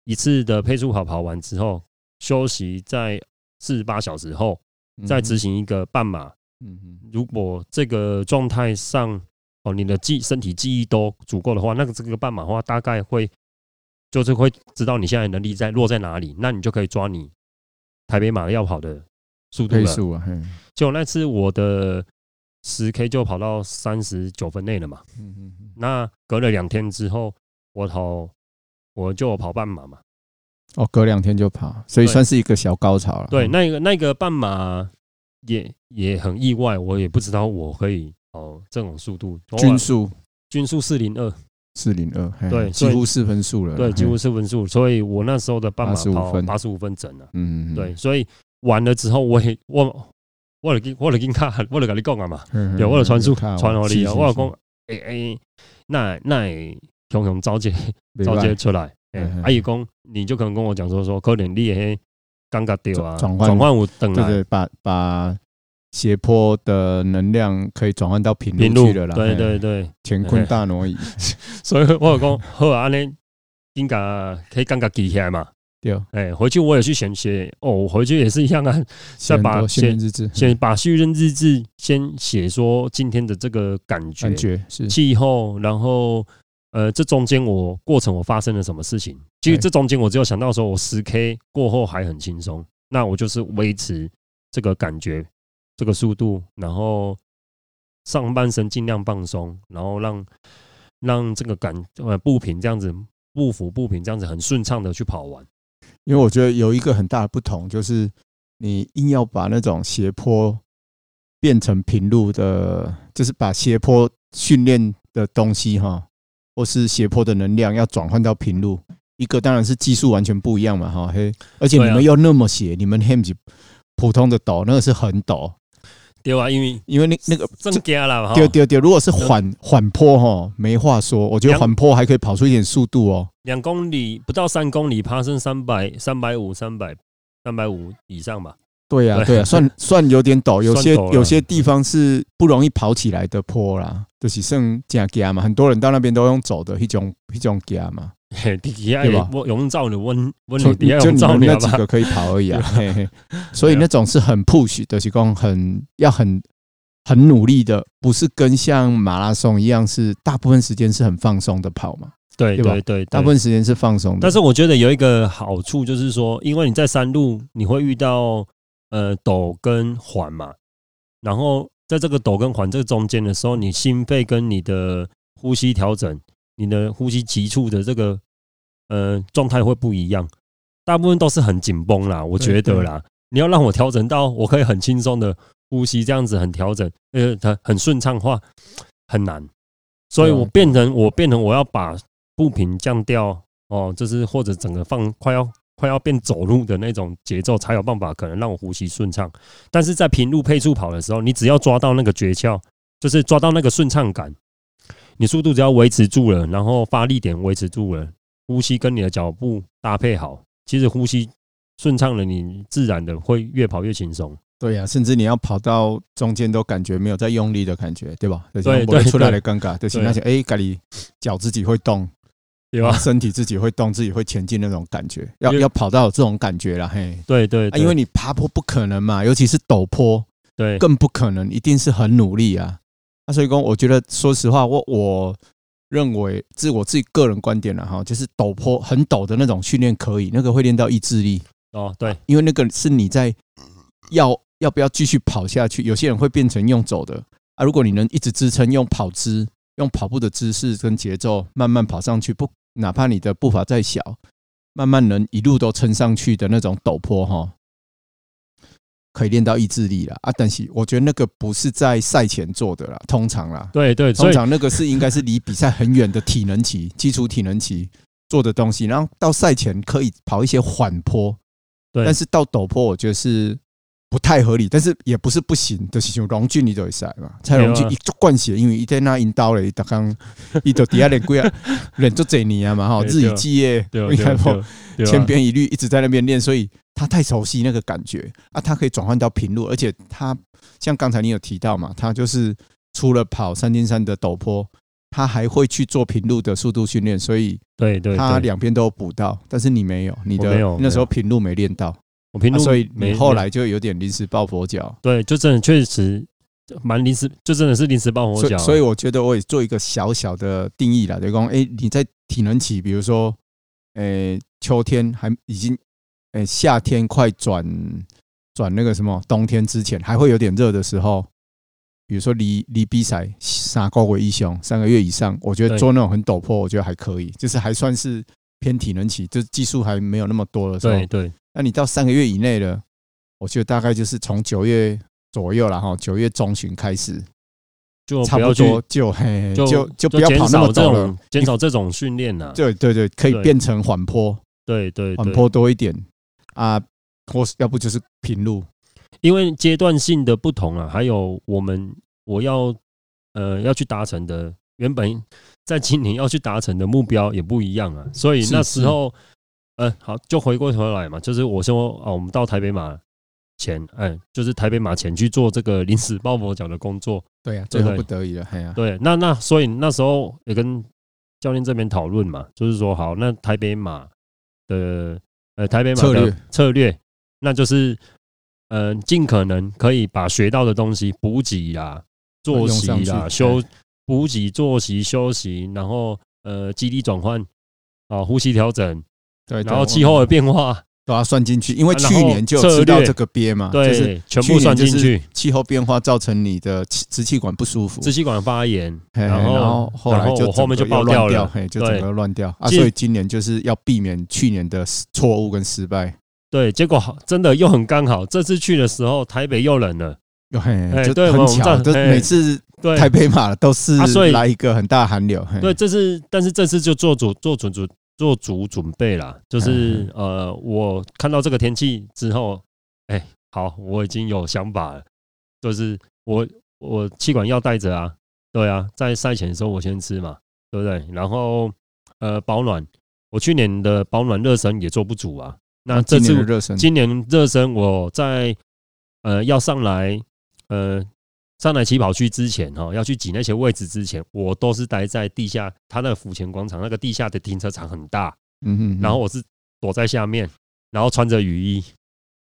S4: 一次的配速跑跑完之后，休息在四十八小时后再执，行一个半马。
S3: 嗯哼嗯哼
S4: 如果这个状态上哦，你的记身体记忆都足够的话，那个这个半马的话，大概会就是会知道你现在能力在落在哪里，那你就可以抓你台北马要跑的速度
S3: 配
S4: 了。
S3: 速啊，嘿
S4: 就那次我的十 K 就跑到三十九分内了嘛。
S3: 嗯哼嗯哼
S4: 那隔了两天之后，我跑我就有跑半马嘛。
S3: 哦，隔两天就跑，所以
S4: 对
S3: 算是一个小高潮了。
S4: 对，
S3: 嗯
S4: 那个那个半马也也很意外，我也不知道我可以跑这种速度，
S3: 均速
S4: 均速四零二，
S3: 四零二，嘿
S4: 对
S3: 几
S4: 所以
S3: 乎四分速了啦，
S4: 对，几
S3: 嗯
S4: 乎
S3: 嘿，
S4: 是分数，所以我那时候的半马
S3: 85
S4: 跑
S3: 分
S4: 八十五分整了、啊。
S3: 嗯，嗯，
S4: 对，所以完了之后，我也我我了跟我了跟卡，我了跟你讲啊嘛。
S3: 嗯
S4: 对，我有传输
S3: 看
S4: 传互你
S3: 是
S4: 啊，
S3: 是
S4: 我有
S3: 是
S4: 讲，诶诶，那那会熊熊招姐
S3: 没
S4: 招姐
S3: 办
S4: 出来，诶
S3: 嗯，嗯
S4: 啊伊讲，你就可能跟我讲说说，可能你也尴尬掉啊，
S3: 转转换
S4: 转换有等
S3: 对
S4: 来
S3: 对，把把斜坡的能量可以转换到平
S4: 平
S3: 路
S4: 路，
S3: 去了啦，
S4: 对
S3: 嘿
S4: 对，对，
S3: 乾坤大挪移，
S4: 所以我有讲好啊，安尼应该可以尴尬记起来嘛，
S3: 对，
S4: 诶，回去我也去先写，哦，我回去也是一样啊，再
S3: 先
S4: 把
S3: 多训练日志，
S4: 先把训练日志先写说今天的这个感觉
S3: 感，觉是
S4: 气候，然后呃，这中间我过程我发生了什么事情？其实
S3: 对
S4: 这中间我只有想到说，我十 K 过后还很轻松，那我就是维持这个感觉、这个速度，然后上半身尽量放松，然后让让这个感呃步频这样子步幅步频这样子很顺畅的去跑完。
S3: 因为我觉得有一个很大的不同，就是你硬要把那种斜坡变成平路的，就是把斜坡训练的东西哈，或是斜坡的能量要转换到平路，一个当然是技术完全不一样嘛哈嘿，而且
S4: 对啊
S3: 你们又那么斜，你们 ham 是普通的陡，那个是很陡，
S4: 对啊，因为
S3: 因为那那个
S4: 正加了哈，
S3: 丢丢丢，如果是缓缓坡哈，没话说，我觉得
S4: 两
S3: 缓坡还可以跑出一点速度哦，
S4: 两公里不到三公里，爬升三百、三百五、三百、三百五以上吧。
S3: 对呀、
S4: 对
S3: 对呀、啊 算算有点陡，有些
S4: 算陡了
S3: 有些地方是不容易跑起来的坡啦，就是剩加加嘛，很多人到那边都用走的一种一种加嘛，
S4: 嘿，底下
S3: 对
S4: 也
S3: 吧
S4: 我笼罩哦你温温
S3: 就
S4: 暖，底下
S3: 就
S4: 笼
S3: 你
S4: 罩
S3: 们
S4: 你
S3: 那
S4: 好
S3: 几
S4: 吧？
S3: 个可以跑而 已啊，嘿嘿，所以
S4: 对啊
S3: 那种是很 push 的，就是讲很要很很努力的，不是跟像马拉松一样是大部分时间是很放松的跑嘛，
S4: 对
S3: 对吧
S4: 对对，
S3: 大部分时间是放松的，
S4: 但是我觉得有一个好处就是说，因为你在山路你会遇到呃陡跟缓嘛，然后在这个陡跟缓这个中间的时候，你心肺跟你的呼吸调整，你的呼吸急促的这个呃状态会不一样，大部分都是很紧绷啦，我
S3: 对
S4: 觉得
S3: 对
S4: 啦，你要让我调整到我可以很轻松的呼吸，这样子很调整，呃，很很顺畅的话很难，所以
S3: 对啊
S4: 我变成我变成我要把步频降掉哦，就是或者整个放快要快要变走路的那种节奏，才有办法可能让我呼吸顺畅。但是在平路配速跑的时候，你只要抓到那个诀窍，就是抓到那个顺畅感，你速度只要维持住了，然后发力点维持住了，呼吸跟你的脚步搭配好，其实呼吸顺畅了，你自然的会越跑越轻松。
S3: 对呀、甚至你要跑到中间都感觉没有在用力的感觉，对吧？就是
S4: 对
S3: 不会
S4: 对
S3: 出来
S4: 对
S3: 的尴尬，就是
S4: 对
S3: 那些哎，咖喱脚自己会动，
S4: 对
S3: 然
S4: 吧
S3: 后？身体自己会动，自己会前进那种感觉，要
S4: 因为
S3: 要跑到有这种感觉啦，嘿。
S4: 对对
S3: 啊，
S4: 对
S3: 因为你爬坡不可能嘛，尤其是陡坡
S4: 对
S3: 更不可能，一定是很努力啊。啊，所以讲，我觉得说实话，我我认为，自我自己个人观点了哈，就是陡坡很陡的那种训练可以，那个会练到意志力，
S4: 哦，对
S3: 因为那个是你在要要不要继续跑下去。有些人会变成用走的啊，如果你能一直支撑，用跑姿、用跑步的姿势跟节奏慢慢跑上去，不哪怕你的步伐再小，慢慢能一路都撑上去的那种陡坡哈，可以练到意志力了啊。但是我觉得那个不是在赛前做的啦，通常啦，
S4: 对对，所
S3: 通
S4: 以
S3: 常那个是应该是离比赛很远的体能期、基础体能期做的东西，然后到赛前可以跑一些缓坡，
S4: 对
S3: 但是到陡坡我觉得是不太合理，但是也不是不行，就是像龙俊你就会赛嘛，蔡龙俊
S4: 对啊
S3: 一足惯血，因为伊在那引导咧，伊逐工伊就底下练几啊， 练足侪年啊嘛吼，
S4: 对
S3: 日以继夜，
S4: 对
S3: 应该
S4: 对
S3: 说
S4: 对对啊
S3: 千篇一律一直在那边练，所以他太熟悉那个感觉啊，他可以转换到平路，而且他像刚才你有提到嘛，他就是除了跑三千三的陡坡，他还会去做平路的速度训练，所以
S4: 对对，
S3: 他
S4: 对
S3: 两边都有补到，但是你没有，你
S4: 我没
S3: 的
S4: 有
S3: 那时候
S4: 没有
S3: 平路没练到，
S4: 我评
S3: 啊
S4: 论，
S3: 所以你
S4: 没
S3: 后
S4: 没
S3: 来就有点临时抱佛脚。
S4: 对，就真的确实蛮临时，就真的是临时抱佛
S3: 所以
S4: 脚，啊
S3: 所以我觉得我也做一个小小的定义啦，就讲，哎、你在体能期，比如说，诶、秋天还已经，诶、夏天快转转那个什么冬天之前，还会有点热的时候，比如说离离比赛三个月以上，三个月以上，我觉得
S4: 对
S3: 做那种很陡坡，我觉得还可以，就是还算是偏体能期，就是技术还没有那么多的时候
S4: 对，对
S3: 那你到三个月以内了，我觉得大概就是从九月左右了哈，九月中旬开始。
S4: 就
S3: 差
S4: 不要
S3: 不
S4: 去
S3: 多就嘿
S4: 就
S3: 就就不要
S4: 减
S3: 跑那
S4: 少
S3: 么
S4: 这
S3: 陡
S4: 种
S3: 了。
S4: 减少这种训练呐，
S3: 对对对，可以
S4: 对
S3: 变成缓坡，
S4: 对对
S3: 缓
S4: 对，
S3: 坡多一点啊，或是要不就是平路。
S4: 因为阶段性的不同啊，还有我们我要呃要去达成的，原本在今年要去达成的目标也不一样啊，所以
S3: 嗯是
S4: 那时候呃好，就回过头来嘛，就是我说啊，我们到台北马前，哎、就是台北马前去做这个临时抱佛脚的工作，
S3: 对呀，
S4: 对
S3: 最后
S4: 对
S3: 不得已了，嘿啊呀，
S4: 对，那那所以那时候也跟教练这边讨论嘛，就是说好，那台北马的呃台北马
S3: 策
S4: 的
S3: 略
S4: 策略，那就是呃尽可能可以把学到的东西补给啦、作
S3: 用
S4: 息
S3: 上
S4: 啦、
S3: 去哎
S4: 休补给、作息、休息，然后呃肌力转换啊、呼吸调整，
S3: 哎对，啊
S4: 然后
S3: 我
S4: 气候的变化，
S3: 都要算进去，因为
S4: 啊然
S3: 去
S4: 后
S3: 年就有
S4: 策
S3: 吃到
S4: 略
S3: 这个鳖嘛，
S4: 对，
S3: 就是
S4: 全
S3: 去
S4: 部
S3: 年
S4: 算
S3: 就
S4: 进
S3: 是
S4: 去。
S3: 气候变化造成你的气支气管不舒服，
S4: 支气管发炎，
S3: 嘿
S4: 然
S3: 然
S4: 后
S3: 后来
S4: 然后
S3: 就整
S4: 我后面
S3: 个
S4: 就爆
S3: 又乱
S4: 掉了
S3: 嘿，就
S4: 对
S3: 整个乱掉啊，
S4: 其实
S3: 所以今年就是要避免去年的错误跟失败，
S4: 对，结果好，真的又很刚好。这次去的时候，台北又冷了，
S3: 又嘿
S4: 哎
S3: 就
S4: 对我
S3: 很
S4: 们哎
S3: 巧，
S4: 这
S3: 就
S4: 嘿
S3: 每次
S4: 对，
S3: 台北马都是
S4: 啊所以
S3: 来一个很大的寒流，嘿
S4: 对，这次但是这次就做足做准准做足准备啦，就是
S3: 嗯
S4: 呃，我看到这个天气之后，哎、好，我已经有想法了，就是我我气管药带着啊，对啊，在赛前的时候我先吃嘛，对不对？然后呃，保暖，我去年的保暖热身也做不足啊，那这
S3: 今
S4: 次
S3: 年的热身，
S4: 今年热身我在呃要上来呃上来起跑区之前哈、哦，要去挤那些位置之前，我都是待在地下，它那个府前广场那个地下的停车场很大，
S3: 嗯嗯，
S4: 然后我是躲在下面，然后穿着雨衣，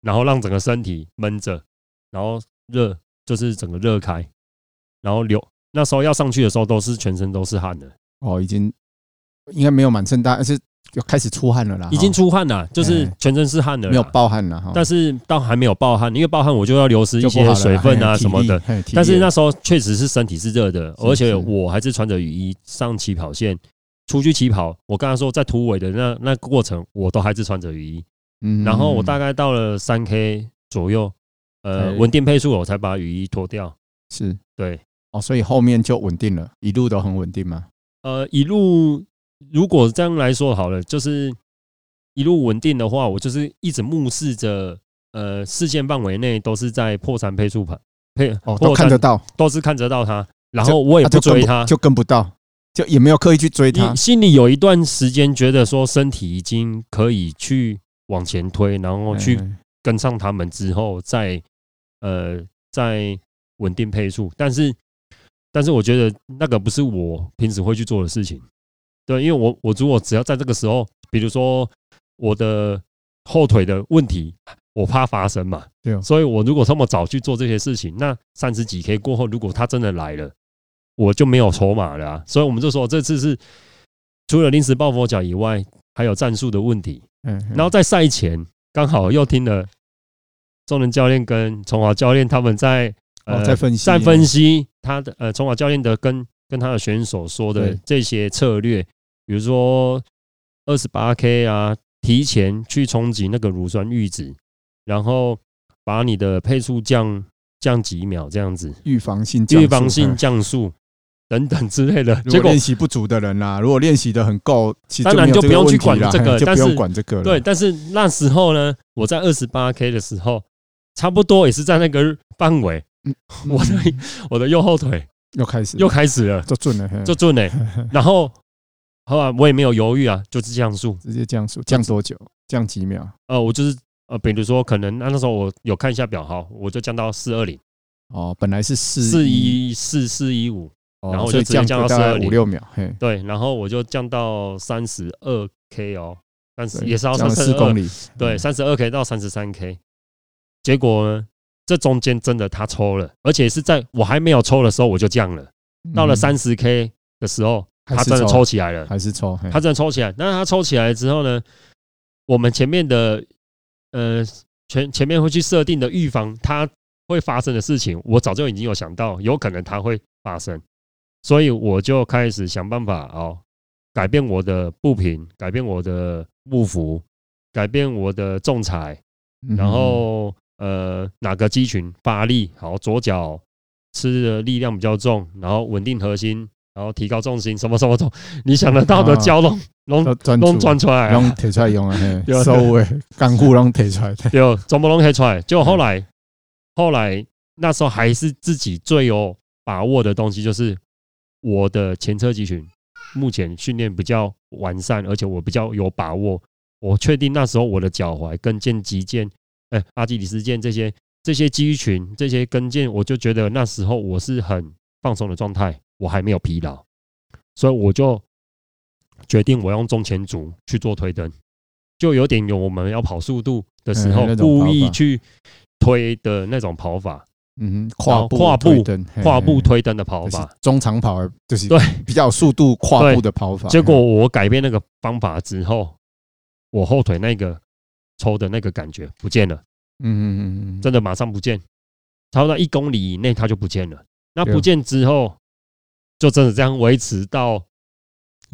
S4: 然后让整个身体闷着，然后热就是整个热开，然后流。那时候要上去的时候都是全身都是汗的，
S3: 哦，已经应该没有满身大，但是又开始出汗了啦，
S4: 已经
S3: 哈
S4: 出汗了，就是
S3: 啊哎
S4: 全身是汗的，
S3: 没有暴汗了哈，
S4: 但是到还没有暴汗，因为暴汗我就要流失一
S3: 就不好了哎
S4: 些水分啊
S3: 嘿体
S4: 什么
S3: 力
S4: 的。
S3: 嘿体
S4: 但是
S3: 力嗯
S4: 那时候确实是身体是热的，
S3: 是
S4: 而且
S3: 是
S4: 我还是穿着雨衣上起跑线，出去起跑。我刚才说在突围的那那过程，我都还是穿着雨衣。
S3: 嗯
S4: 然后我大
S3: 概
S4: 概到了三 K 左右，呃，
S3: 哎
S4: 稳定配速我才把雨衣脱掉。
S3: 是
S4: 对，
S3: 哦，所以后面就稳定了，一路都很稳定嘛，
S4: 呃，一路如果这样来说好了，就是一路稳定的话，我就是一直目视着，呃，视线范围内都是在破三配速盘配
S3: 哦，都
S4: 破
S3: 看
S4: 三
S3: 得到，
S4: 都是看得到他，然
S3: 就
S4: 后我也
S3: 啊
S4: 不
S3: 就跟
S4: 追他，
S3: 就跟不到，就也没有刻意去追他
S4: 你。心里有一段时间觉得说身体已经可以去往前推，然后去
S3: 哎
S4: 跟上他们之后再，呃再稳定配速。但是，但是我觉得那个不是我平时会去做的事情。对，因为我我如果只要在这个时候，比如说我的后腿的问题，我怕发生嘛，
S3: 对哦
S4: 所以我如果这么早去做这些事情，那三十几 K 过后，如果他真的来了，我就没有筹码了、啊。所以我们就说这次是除了临时抱佛脚以外，还有战术的问题。
S3: 哎哎
S4: 然后在赛前刚好又听了中仁教练跟崇华教练他们在呃
S3: 哦在分析
S4: 在分析他的呃崇华教练的跟跟他的选手说的
S3: 对
S4: 这些策略，比如说二十八 K 啊，提前去冲击那个乳酸阈值，然后把你的配速降降几秒这样子，
S3: 预防性降速
S4: 预防性
S3: 哎
S4: 降速等等之类的，
S3: 如
S4: 结
S3: 果
S4: 果
S3: 练习不足的人啊啦、如果练习的很够，其实
S4: 当然
S3: 没有
S4: 就不用
S3: 这
S4: 去
S3: 个问题啦
S4: 管这个
S3: 嘿就不
S4: 但是
S3: 用管这个了。
S4: 对，但是那时候呢，我在二十八 K 的时候，差不多也是在那个范围，
S3: 嗯，
S4: 我的我的右后腿
S3: 又开始
S4: 又开始了，
S3: 就准了，嘿
S4: 就准嘞、 然后后来我也没有犹豫啊，就是降速。
S3: 直接降速，降多久？降几秒？
S4: 呃，我就是呃，比如说可能那那时候我有看一下表号，我就降到四二零、
S3: 哦，本来是四
S4: 四，一四、四一五，
S3: 哦
S4: 然后
S3: 所以
S4: 就直接
S3: 降
S4: 降
S3: 个
S4: 到
S3: 大概
S4: 12
S3: 五六秒，嘿，
S4: 对，然后我就降到三十二 K 哦，但是
S3: 对
S4: 也是要
S3: 降
S4: 三
S3: 了
S4: 十
S3: 四公里，
S4: 对，
S3: 嗯
S4: 三十二 K 到三十三 K，结果呢，这中间真的他抽了，而且是在我还没有抽的时候我就降了，到了
S3: 嗯
S4: 三十 K 的时候，
S3: 还
S4: 他
S3: 是
S4: 真的
S3: 抽
S4: 抽起来了，
S3: 还是抽，嘿
S4: 他真的抽起来。那他抽起来之后呢，我们前面的呃前前面会去设定的预防他会发生的事情，我早就已经有想到，有可能他会发生，所以我就开始想办法哦，改变我的步频，改变我的步幅，改变我的仲裁，
S3: 嗯
S4: 然后呃哪个肌群发力，好左脚吃的力量比较重，然后稳定核心，然后提高重心，什么什么什么，你想得到的
S3: 啊
S4: 交 拢拢
S3: 要专
S4: 拢
S3: 注，
S4: 转出来
S3: 拢
S4: 啊，
S3: 提出来用啊，
S4: 对啊
S3: 嘿，收尾干货拢提出来，嘿
S4: 对，全部拢可以出来。结果后来后来那时候还是自己最有把握的东西，就是我的前车肌群目前训练比较完善，而且我比较有把握。我确定那时候我的脚踝跟腱、肌腱、哎、阿基里斯腱这些这些肌群、这些跟腱，我就觉得那时候我是很放松的状态，我还没有疲劳，所以我就决定我用中前足去做推蹬，就有点有我们要跑速度的时候
S3: 嗯那种
S4: 故
S3: 跑
S4: 意
S3: 法
S4: 去推的那种跑法，
S3: 嗯哼，跨步
S4: 哦跨步
S3: 推蹬嘿
S4: 跨
S3: 嘿
S4: 步推蹬的跑
S3: 就是
S4: 法。
S3: 中长跑的，就是
S4: 对
S3: 比较有速度跨
S4: 对
S3: 步的跑法，
S4: 结果
S3: 嘿
S4: 我改变那个方法之后，我后腿那个抽的那个感觉不见了。
S3: 嗯嗯嗯嗯嗯，
S4: 真的马上不见，差不多一公里以内它就不见了。那
S3: 对啊
S4: 不见之后，就真的这样维持到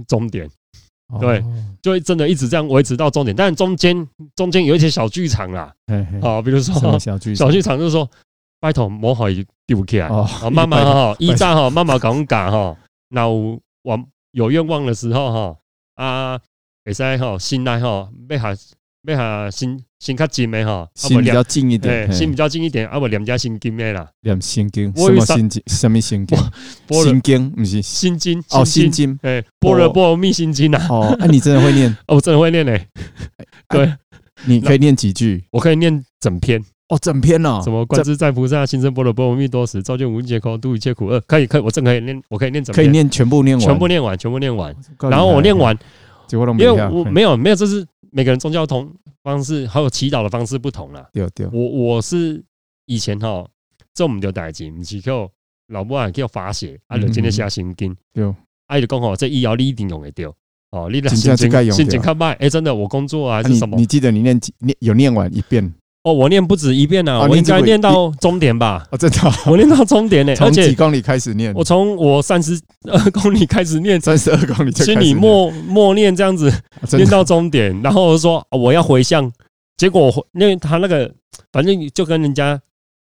S4: 终点，
S3: 哦
S4: 对，就真的一直这样维持到终点。但中间中间有一些小剧场啦，
S3: 嘿嘿
S4: 啊，比如
S3: 哎什么
S4: 说
S3: 小剧
S4: 小剧场就是说，拜托摸好也丢不起来，
S3: 哦
S4: 啊，妈妈哈，依照哈，妈妈讲讲哈，那有往有愿望的时候哈，啊，会使哈，心内哈，要下要下心心较紧的哈，啊
S3: 心
S4: 不
S3: 比
S4: 然
S3: 较近一点，
S4: 对，
S3: 嘿
S4: 心比较近一点，啊，我两家心经的啦，
S3: 念心经，
S4: 我
S3: 什
S4: 以为
S3: 么
S4: 啥
S3: 心经？什么心经？
S4: 波罗
S3: 心经不是
S4: 心经
S3: 哦，心，经
S4: 哎，波罗
S3: 波
S4: 波罗蜜心经啊，
S3: 哦， 那你真的会念？
S4: 哦，我真的会念嘞，
S3: 你可以念几句？
S4: 我可以念整篇，
S3: 哦，整篇哦，
S4: 什么观自在菩萨，心生波罗波罗蜜多时，照见无尽空，度一切苦厄，可以，可以，我真的可以念，我可以念整
S3: 可以
S4: 篇，
S3: 念全部念完，哦
S4: 全部念完，全部念完，
S3: 够厉害。
S4: 然后我念完，
S3: 结果都没
S4: 因为
S3: 有，
S4: 我没有没有，这是每个人宗教同方式还有祈祷的方式不同啦，
S3: 丢丢，
S4: 我我是以前哈，这我们就代志，唔是叫老母啊叫发泄，啊，就真的写心经。
S3: 嗯对，哦
S4: 啊，伊就讲吼，这医疗你一定用得到。哦，你若
S3: 真正
S4: 心
S3: 这个用
S4: 情
S3: 得
S4: 心情较歹，哎，真的，我工作啊
S3: 啊
S4: 还是
S3: 你
S4: 什么
S3: 你？记得你念几念有念完一遍
S4: 哦，我念不止一遍啊，
S3: 哦
S4: 我
S3: 念
S4: 应
S3: 这个
S4: 该念到终点吧？
S3: 哦，真的哦，
S4: 我念到终点呢，而
S3: 从几
S4: 且
S3: 公里开始念
S4: 我，从我三十 二公里开始念，
S3: 三十二公里就开始
S4: 心
S3: 念
S4: 里默默念这样子，
S3: 啊真的
S4: 念到终点，然后我就说啊我要回向，结果我回因为他那个反正就跟人家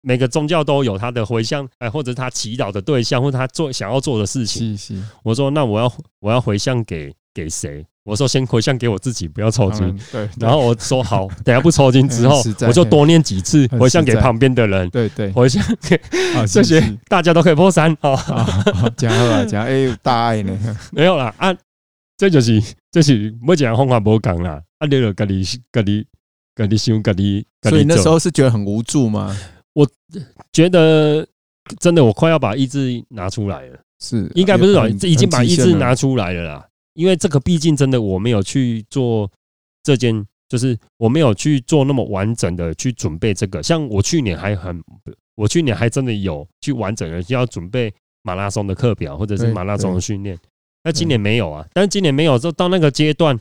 S4: 每个宗教都有他的回向，哎，或者他祈祷的对象，或者他做想要做的事情。
S3: 是是，
S4: 我说那我要我要回向给给谁？我我说先回向给我自己，不要抽
S3: 当
S4: 筋。
S3: 然对，嗯对
S4: 哦然后我说好，等下不抽筋之后
S3: 很实，在
S4: 我就多念几次
S3: 很
S4: 回向
S3: 实
S4: 给
S3: 在
S4: 旁边的人，
S3: 对对，
S4: 回向 给
S3: 啊
S4: 这些大家都可以破三哦。
S3: 啊，讲好啊， 讲哎，有大爱呢，
S4: 没有啦啊，这就是这是每一个人方法无共啦，啊，你就家己家己家己想家己家
S3: 所以
S4: 己
S3: 那时
S4: 做。
S3: 候是觉得很无助吗？
S4: 觉得真的，我快要把意志拿出来了，
S3: 是，
S4: 应该不是说已经把意志拿
S3: 出
S4: 出来了啦，因为这个毕竟真的我没有去做这件。就是我没有去做那么完整的去准备这个，像我去年还很，我去年还真的有去完整的要准备马拉松的课表或者是
S3: 对
S4: 马拉松的训练，那今
S3: 对
S4: 年没有啊。但是今年没有之后，到那个阶段，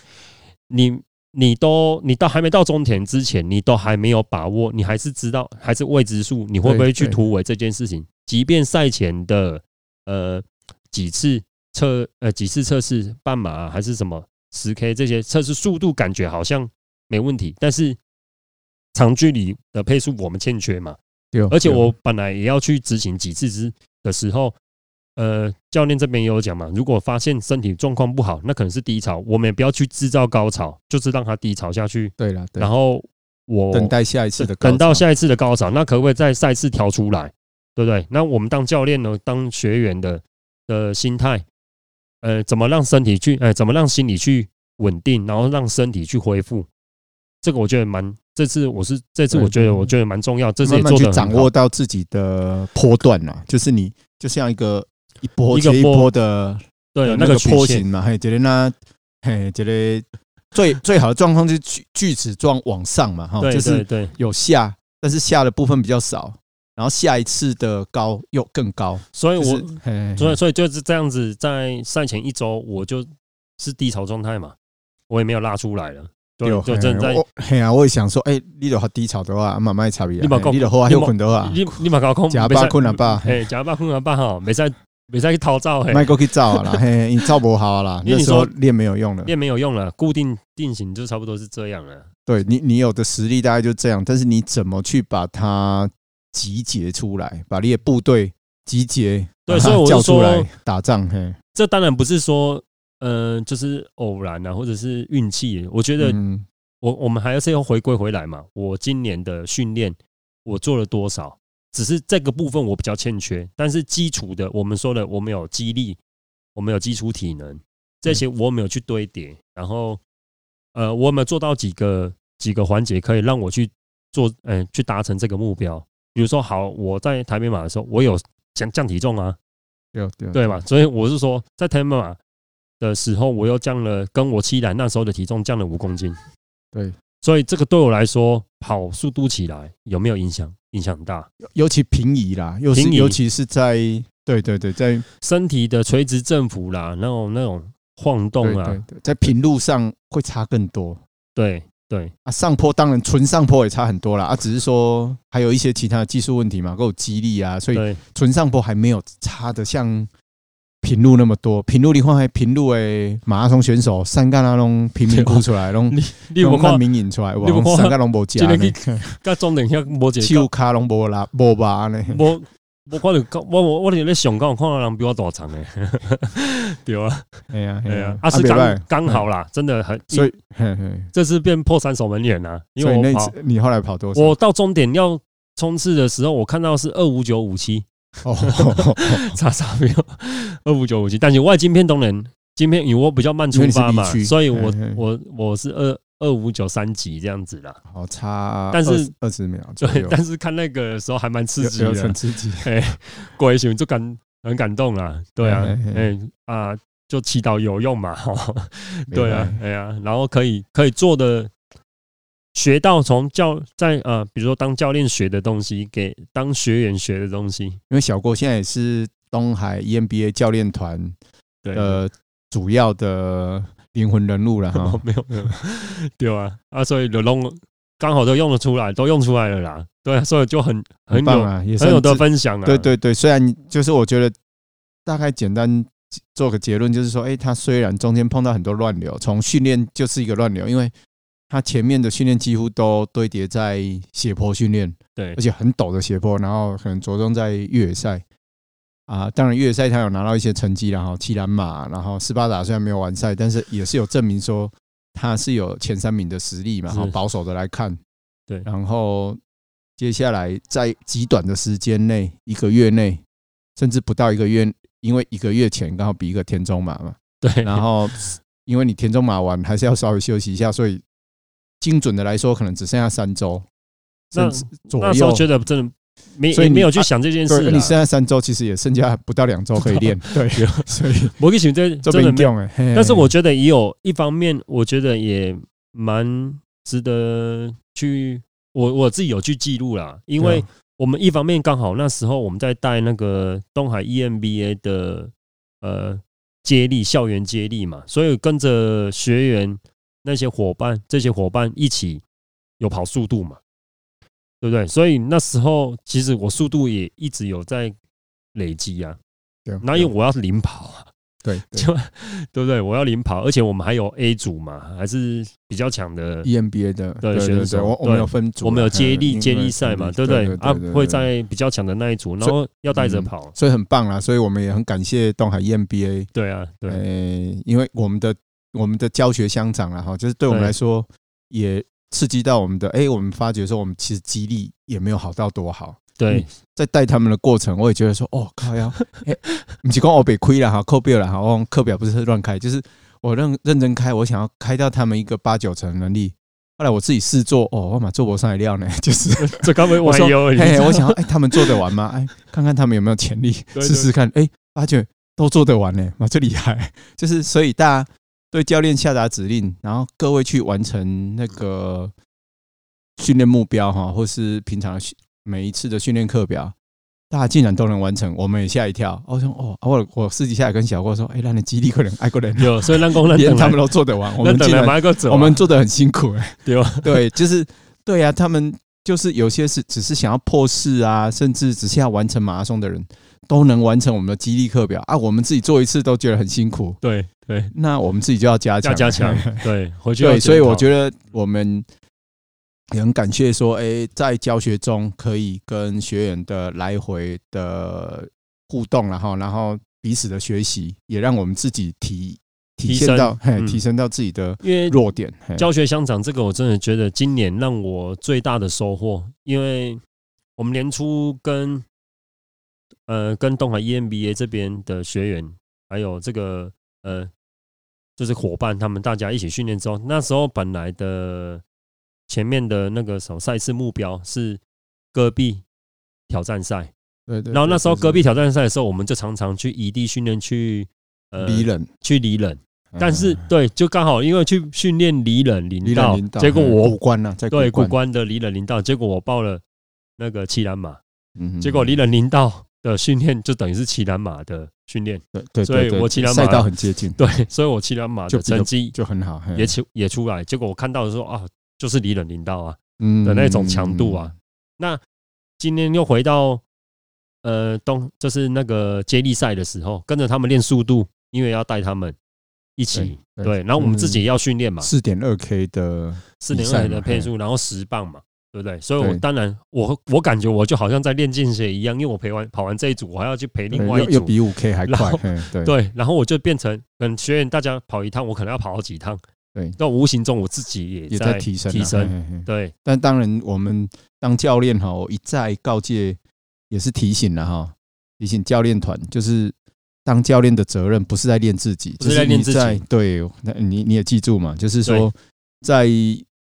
S4: 你你都你到还没到终点之前，你都还没有把握，你还是知道还是未知数，你会不会
S3: 对
S4: 去
S3: 对
S4: 突围这件事情？即便赛前的呃几次测呃几次测试半马啊、还是什么十 K 这些测试速度，感觉好像没问题，但是长距离的配速我们欠缺嘛。
S3: 对，
S4: 而且
S3: 对
S4: 我本来也要去执行几次之的时候，呃，教练这边也有讲嘛，如果发现身体状况不好，那可能是低潮，我们也不要去制造高潮，就是让它低潮下去，
S3: 对了，对
S4: 然后我
S3: 等待下一次的高潮，
S4: 等到下一次的高潮，那可不可以在赛事调出来，对不对？那我们当教练呢，当学员的的心态，呃，怎么让身体去，呃，怎么让心理去稳定，然后让身体去恢复，这个我觉得蛮，这次我是这次
S3: 对
S4: 我觉得
S3: 嗯
S4: 我觉得蛮重要，这次也
S3: 慢慢
S4: 做
S3: 去
S4: 的
S3: 掌握到自己的波段啦，就是你就像一个一波
S4: 一个
S3: 接一
S4: 波
S3: 波的
S4: 对
S3: 的
S4: 那
S3: 个
S4: 曲
S3: 波
S4: 线
S3: 形嘛，嘿，觉得那嘿，觉得最 最好的状况就是锯锯齿状往上嘛，哈，
S4: 对
S3: 哦就
S4: 对
S3: 是
S4: 对，
S3: 有下，但是下的部分比较少，然后下一次的高又更高，
S4: 所以
S3: 就
S4: 我、
S3: 是嘿，
S4: 所以所以就是这样子，在赛前一周我就是低潮状态嘛，我也没有拉出来了，对，就
S3: 嘿
S4: 正在
S3: 我嘿啊，我也想说，哎，你的低潮的话，啊慢慢差别，
S4: 你嘛讲
S3: 嘿你的话
S4: 你
S3: 又
S4: 嘛
S3: 困的话，
S4: 你你嘛搞空，
S3: 吃饱
S4: 不可以
S3: 困了饱
S4: 嘿，假巴困了吧吼，没在没在去逃走嘿，
S3: 麦克去照 啊啦，嘿，你照不好啊啦，
S4: 因为
S3: 那
S4: 你
S3: 时候
S4: 说
S3: 练没有用了。
S4: 练没有用了，固定定型就差不多是这样了。
S3: 对你，你有的实力大概就这样，但是你怎么去把它集结出来，把你的部队集结，
S4: 对
S3: 把它
S4: 所以我就
S3: 叫出来
S4: 说
S3: 打仗，嘿，
S4: 这当然不是说呃，就是偶然啊，或者是运气。我觉得
S3: 嗯，
S4: 我我们还是要回归回来嘛。我今年的训练我做了多少？只是这个部分我比较欠缺，但是基础的我们说了，我们有肌力，我们有基础体能，这些我没有去堆叠。然后呃，我有没有做到几个几个环节可以让我去做，嗯、去达成这个目标？比如说，好，我在台北马的时候，我有降降体重啊，
S3: 对对
S4: 对嘛？所以我是说，在 t e m a 的时候，我又降了，跟我七兰那时候的体重降了五公斤。
S3: 对，
S4: 所以这个对我来说，跑速度起来有没有影响？影响很大，
S3: 尤其平移啦，尤其
S4: 平移
S3: 尤其是在对对对，在
S4: 身体的垂直振幅啦，那种那种晃动
S3: 对
S4: 啊，
S3: 对对，在平路上会差更多
S4: 对对
S3: 啊。上坡当然纯上坡也差很多啦，啊，只是说还有一些其他的技术问题嘛，够激励啊，所以
S4: 对
S3: 纯上坡还没有差的像平路那么多。平路你看，还平路诶，马拉松选手三干那拢贫民窟出来，拢
S4: 你你有
S3: 拢
S4: 看
S3: 难民引出来，
S4: 你有
S3: 哇，
S4: 看
S3: 三干拢无食
S4: 今
S3: 呢
S4: 天，甲重点遐无一
S3: 手
S4: 个，
S3: 卡拢无拉无把呢。
S4: 无无看到，我我我伫咧上港看到人比我大长诶， 对啊
S3: 哎呀哎
S4: 对啊
S3: 呀，，
S4: 啊是
S3: 不错
S4: 刚刚好啦，真的很，
S3: 嗯所以嘿嘿，
S4: 这次变破三守门员啦，因
S3: 所以
S4: 为
S3: 那
S4: 我
S3: 一
S4: 跑
S3: 次你后来跑多少？
S4: 我到终点要冲刺的时候，我看到是二五九五七，
S3: 哦，
S4: 差差没有二五九五七，但是我的晶片当然晶片因为我比较慢出发嘛
S3: 因为你是地区，
S4: 所以我
S3: 嗯嗯
S4: 我我是二二五九三级这样子啦。
S3: 好差，
S4: 但是
S3: 二十秒左
S4: 对
S3: 右，，
S4: 但是看那个的时候还蛮刺
S3: 有
S4: 激
S3: 有很
S4: 的，
S3: 刺激。
S4: 过一宿就感很感动啦。对啊
S3: 嗯嗯，
S4: 哎啊，就祈祷有用嘛， 对啊，哎呀、然后可以可以做的学到从教在呃，比如说当教练学的东西，给当学员学的东西，
S3: 因为小郭现在也是东海 E EMBA 教练团
S4: 对，
S3: 的主要的灵魂人物了哈
S4: 哦。没有没有，对啊啊，所以就弄刚好都用得出来，都用出来了啦，对啊，所以就很很
S3: 棒
S4: 有、
S3: 啊，也
S4: 很有
S3: 算
S4: 得
S3: 自。
S4: 分享啊，
S3: 对对对，虽然就是我觉得大概简单做个结论，就是说，哎，他虽然中间碰到很多乱流，从训练就是一个乱流，因为他前面的训练几乎都堆叠在斜坡训练，
S4: 对
S3: 而且很陡的斜坡，然后可能着重在越野赛。啊，当然越野赛他有拿到一些成绩啦，然后七兰马，然后斯巴达虽然没有完赛，但是也是有证明说他是有前三名的实力嘛。
S4: 是
S3: 然后保守的来看，
S4: 对
S3: 然后接下来在极短的时间内，一个月内，甚至不到一个月，因为一个月前刚好比一个田中马嘛，
S4: 对，
S3: 然 后因为你田中马完还是要稍微休息一下，所以精准的来说，可能只剩下三周，
S4: 那
S3: 甚至
S4: 那
S3: 左
S4: 时候
S3: 右。
S4: 觉得真的没
S3: 所以
S4: 也
S3: 你啊
S4: 没有去想这件
S3: 对，
S4: 事
S3: 你
S4: 啦
S3: 剩下三周，其实也剩下不到两周可以 练，对，所以
S4: 我跟你这
S3: 这
S4: 真的
S3: 边
S4: 没有，
S3: 用哎。嘿
S4: 但是我觉得也有一方面，我觉得也蛮值得去我我自己有去记录啦，因为
S3: 对啊
S4: 我们一方面刚好那时候我们在带那个东海 E EMBA 的呃接力校园接力嘛，所以跟着学员那些伙伴这些伙伴一起有跑速度嘛，对不对？所以那时候其实我速度也一直有在累积啊，
S3: 对啊，
S4: 那因为我要领跑啊，
S3: 对对
S4: 就对不对？我要领跑，而且我们还有 A 组嘛，还是比较强的。
S3: EMBA 的
S4: 对
S3: 对，E
S4: 选
S3: 对对，
S4: 手
S3: 我我
S4: 对
S3: 们有分组啊，
S4: 我们有接力
S3: 嗯
S4: 接力赛嘛，对不对？啊，会，在比较强的那一组，然后要带着
S3: 嗯
S4: 跑。
S3: 所以很棒啦，所以我们也很感谢东海 E EMBA，
S4: 对啊，对
S3: 呃，因为我们的我们的教学相长了哈，就是对我们
S4: 对
S3: 来说也刺激到我们的，哎，我们发觉说我们其实激励也没有好到多好，
S4: 对
S3: 在带他们的过程，我也觉得说，哦靠 呀，哎，不是讲我被亏了哈，扣表了哈，我课表不是乱开，就是我认认真开，我想要开到他们一个八九成的能力。后来我自己试做，哦，我马做不上来料呢， 就是
S4: 这刚 没
S3: 我
S4: 玩
S3: 说
S4: 游，你知
S3: 嘿，
S4: 道
S3: 我想要，哎、他们做得完吗？哎，看看他们有没有潜力，
S4: 对
S3: 试试看。哎、发觉都做得完呢、哇，这厉害！ 就是所以大家对教练下达指令，然后各位去完成那个训练目标哈，或是平常的训每一次的训练课表，大家竟然都能完成，我们也吓一跳。我说哦，啊我我私底下也跟小郭说，哎、那你激励可能爱过人，
S4: 有，所以让工人
S3: 连
S4: 等
S3: 他们都做得完，我
S4: 那
S3: 们
S4: 等
S3: 竟
S4: 了
S3: 然
S4: 买个走啊，
S3: 我们做的很辛苦、哎。
S4: 对吧？
S3: 对，就是对啊，他们就是有些是只是想要破事啊，甚至只是要完成马拉松的人，都能完成我们的激励课表啊。我们自己做一次都觉得很辛苦，
S4: 对对，
S3: 那我们自己就要加强，
S4: 要加强。对，回去要
S3: 对，所以
S4: 检讨
S3: 我觉得我们也很感谢说，哎、在教学中可以跟学员的来回的互动，然后然后彼此的学习，也让我们自己提体
S4: 提
S3: 现
S4: 升
S3: 到嘿
S4: 嗯
S3: 提升到自己的
S4: 因为
S3: 弱点。嘿
S4: 教学相长这个，我真的觉得今年让我最大的收获，因为我们年初跟呃跟东海 EMBA 这边的学员，还有这个呃就是伙伴，他们大家一起训练之后，那时候本来的前面的那个什么赛事目标是戈壁挑战赛，
S3: 对对，
S4: 然后那时候戈
S3: 隔
S4: 壁
S3: 壁
S4: 挑战赛的时候，我们就常常去异地训练去呃
S3: 敌人。
S4: 去离人。但是
S3: 嗯
S4: 对，就刚好因为去训练离冷林
S3: 离
S4: 道
S3: 人领，导，
S4: 结果
S3: 嗯
S4: 我
S3: 过关了，在
S4: 对
S3: 过
S4: 古
S3: 关，
S4: 关的离冷林道，结果我报了那个骑栏马，
S3: 嗯哼
S4: 结果离冷林道的训练就等于是骑栏马的训练，
S3: 对对，
S4: 所以
S3: 对对
S4: 我骑两
S3: 赛
S4: 马
S3: 道很接近，
S4: 对，所以我骑栏马
S3: 就
S4: 的
S3: 比较嗯
S4: 成绩
S3: 就很好，嘿
S4: 也出也出来，结果我看到的时候啊，就是离冷林道啊，
S3: 嗯
S4: 的那种强度啊，那今天又回到呃东，就是那个接力赛的时候，跟着他们练速度，因为要带他们一起。
S3: 对嗯
S4: 对，然后我们自己也要训练嘛，
S3: 四点二 K 的，
S4: 四点
S3: 比
S4: 二
S3: 赛
S4: 的
S3: 嘛
S4: 配速，然后十磅嘛，对不对？所以我
S3: 对
S4: 当然，我我感觉我就好像在练间歇一样，因为我陪完跑完这一组，我还要去陪另
S3: 对
S4: 外一
S3: 又又
S4: 组，
S3: 比五 K 还
S4: 然
S3: 快
S4: 后，
S3: 嘿对
S4: 对，然后我就变成，嗯，学员大家跑一趟，我可能要跑好几趟，
S3: 对
S4: 那无形中我自己也
S3: 也在提升啊
S4: 提升，
S3: 嘿嘿嘿
S4: 对
S3: 但当然，我们当教练哈，我一再告诫，也是提醒了哈，提醒教练团，就是当教练的责任不是在练自己，
S4: 不是在练自己
S3: 就是你在对，那你你也记住嘛，就是
S4: 对
S3: 说在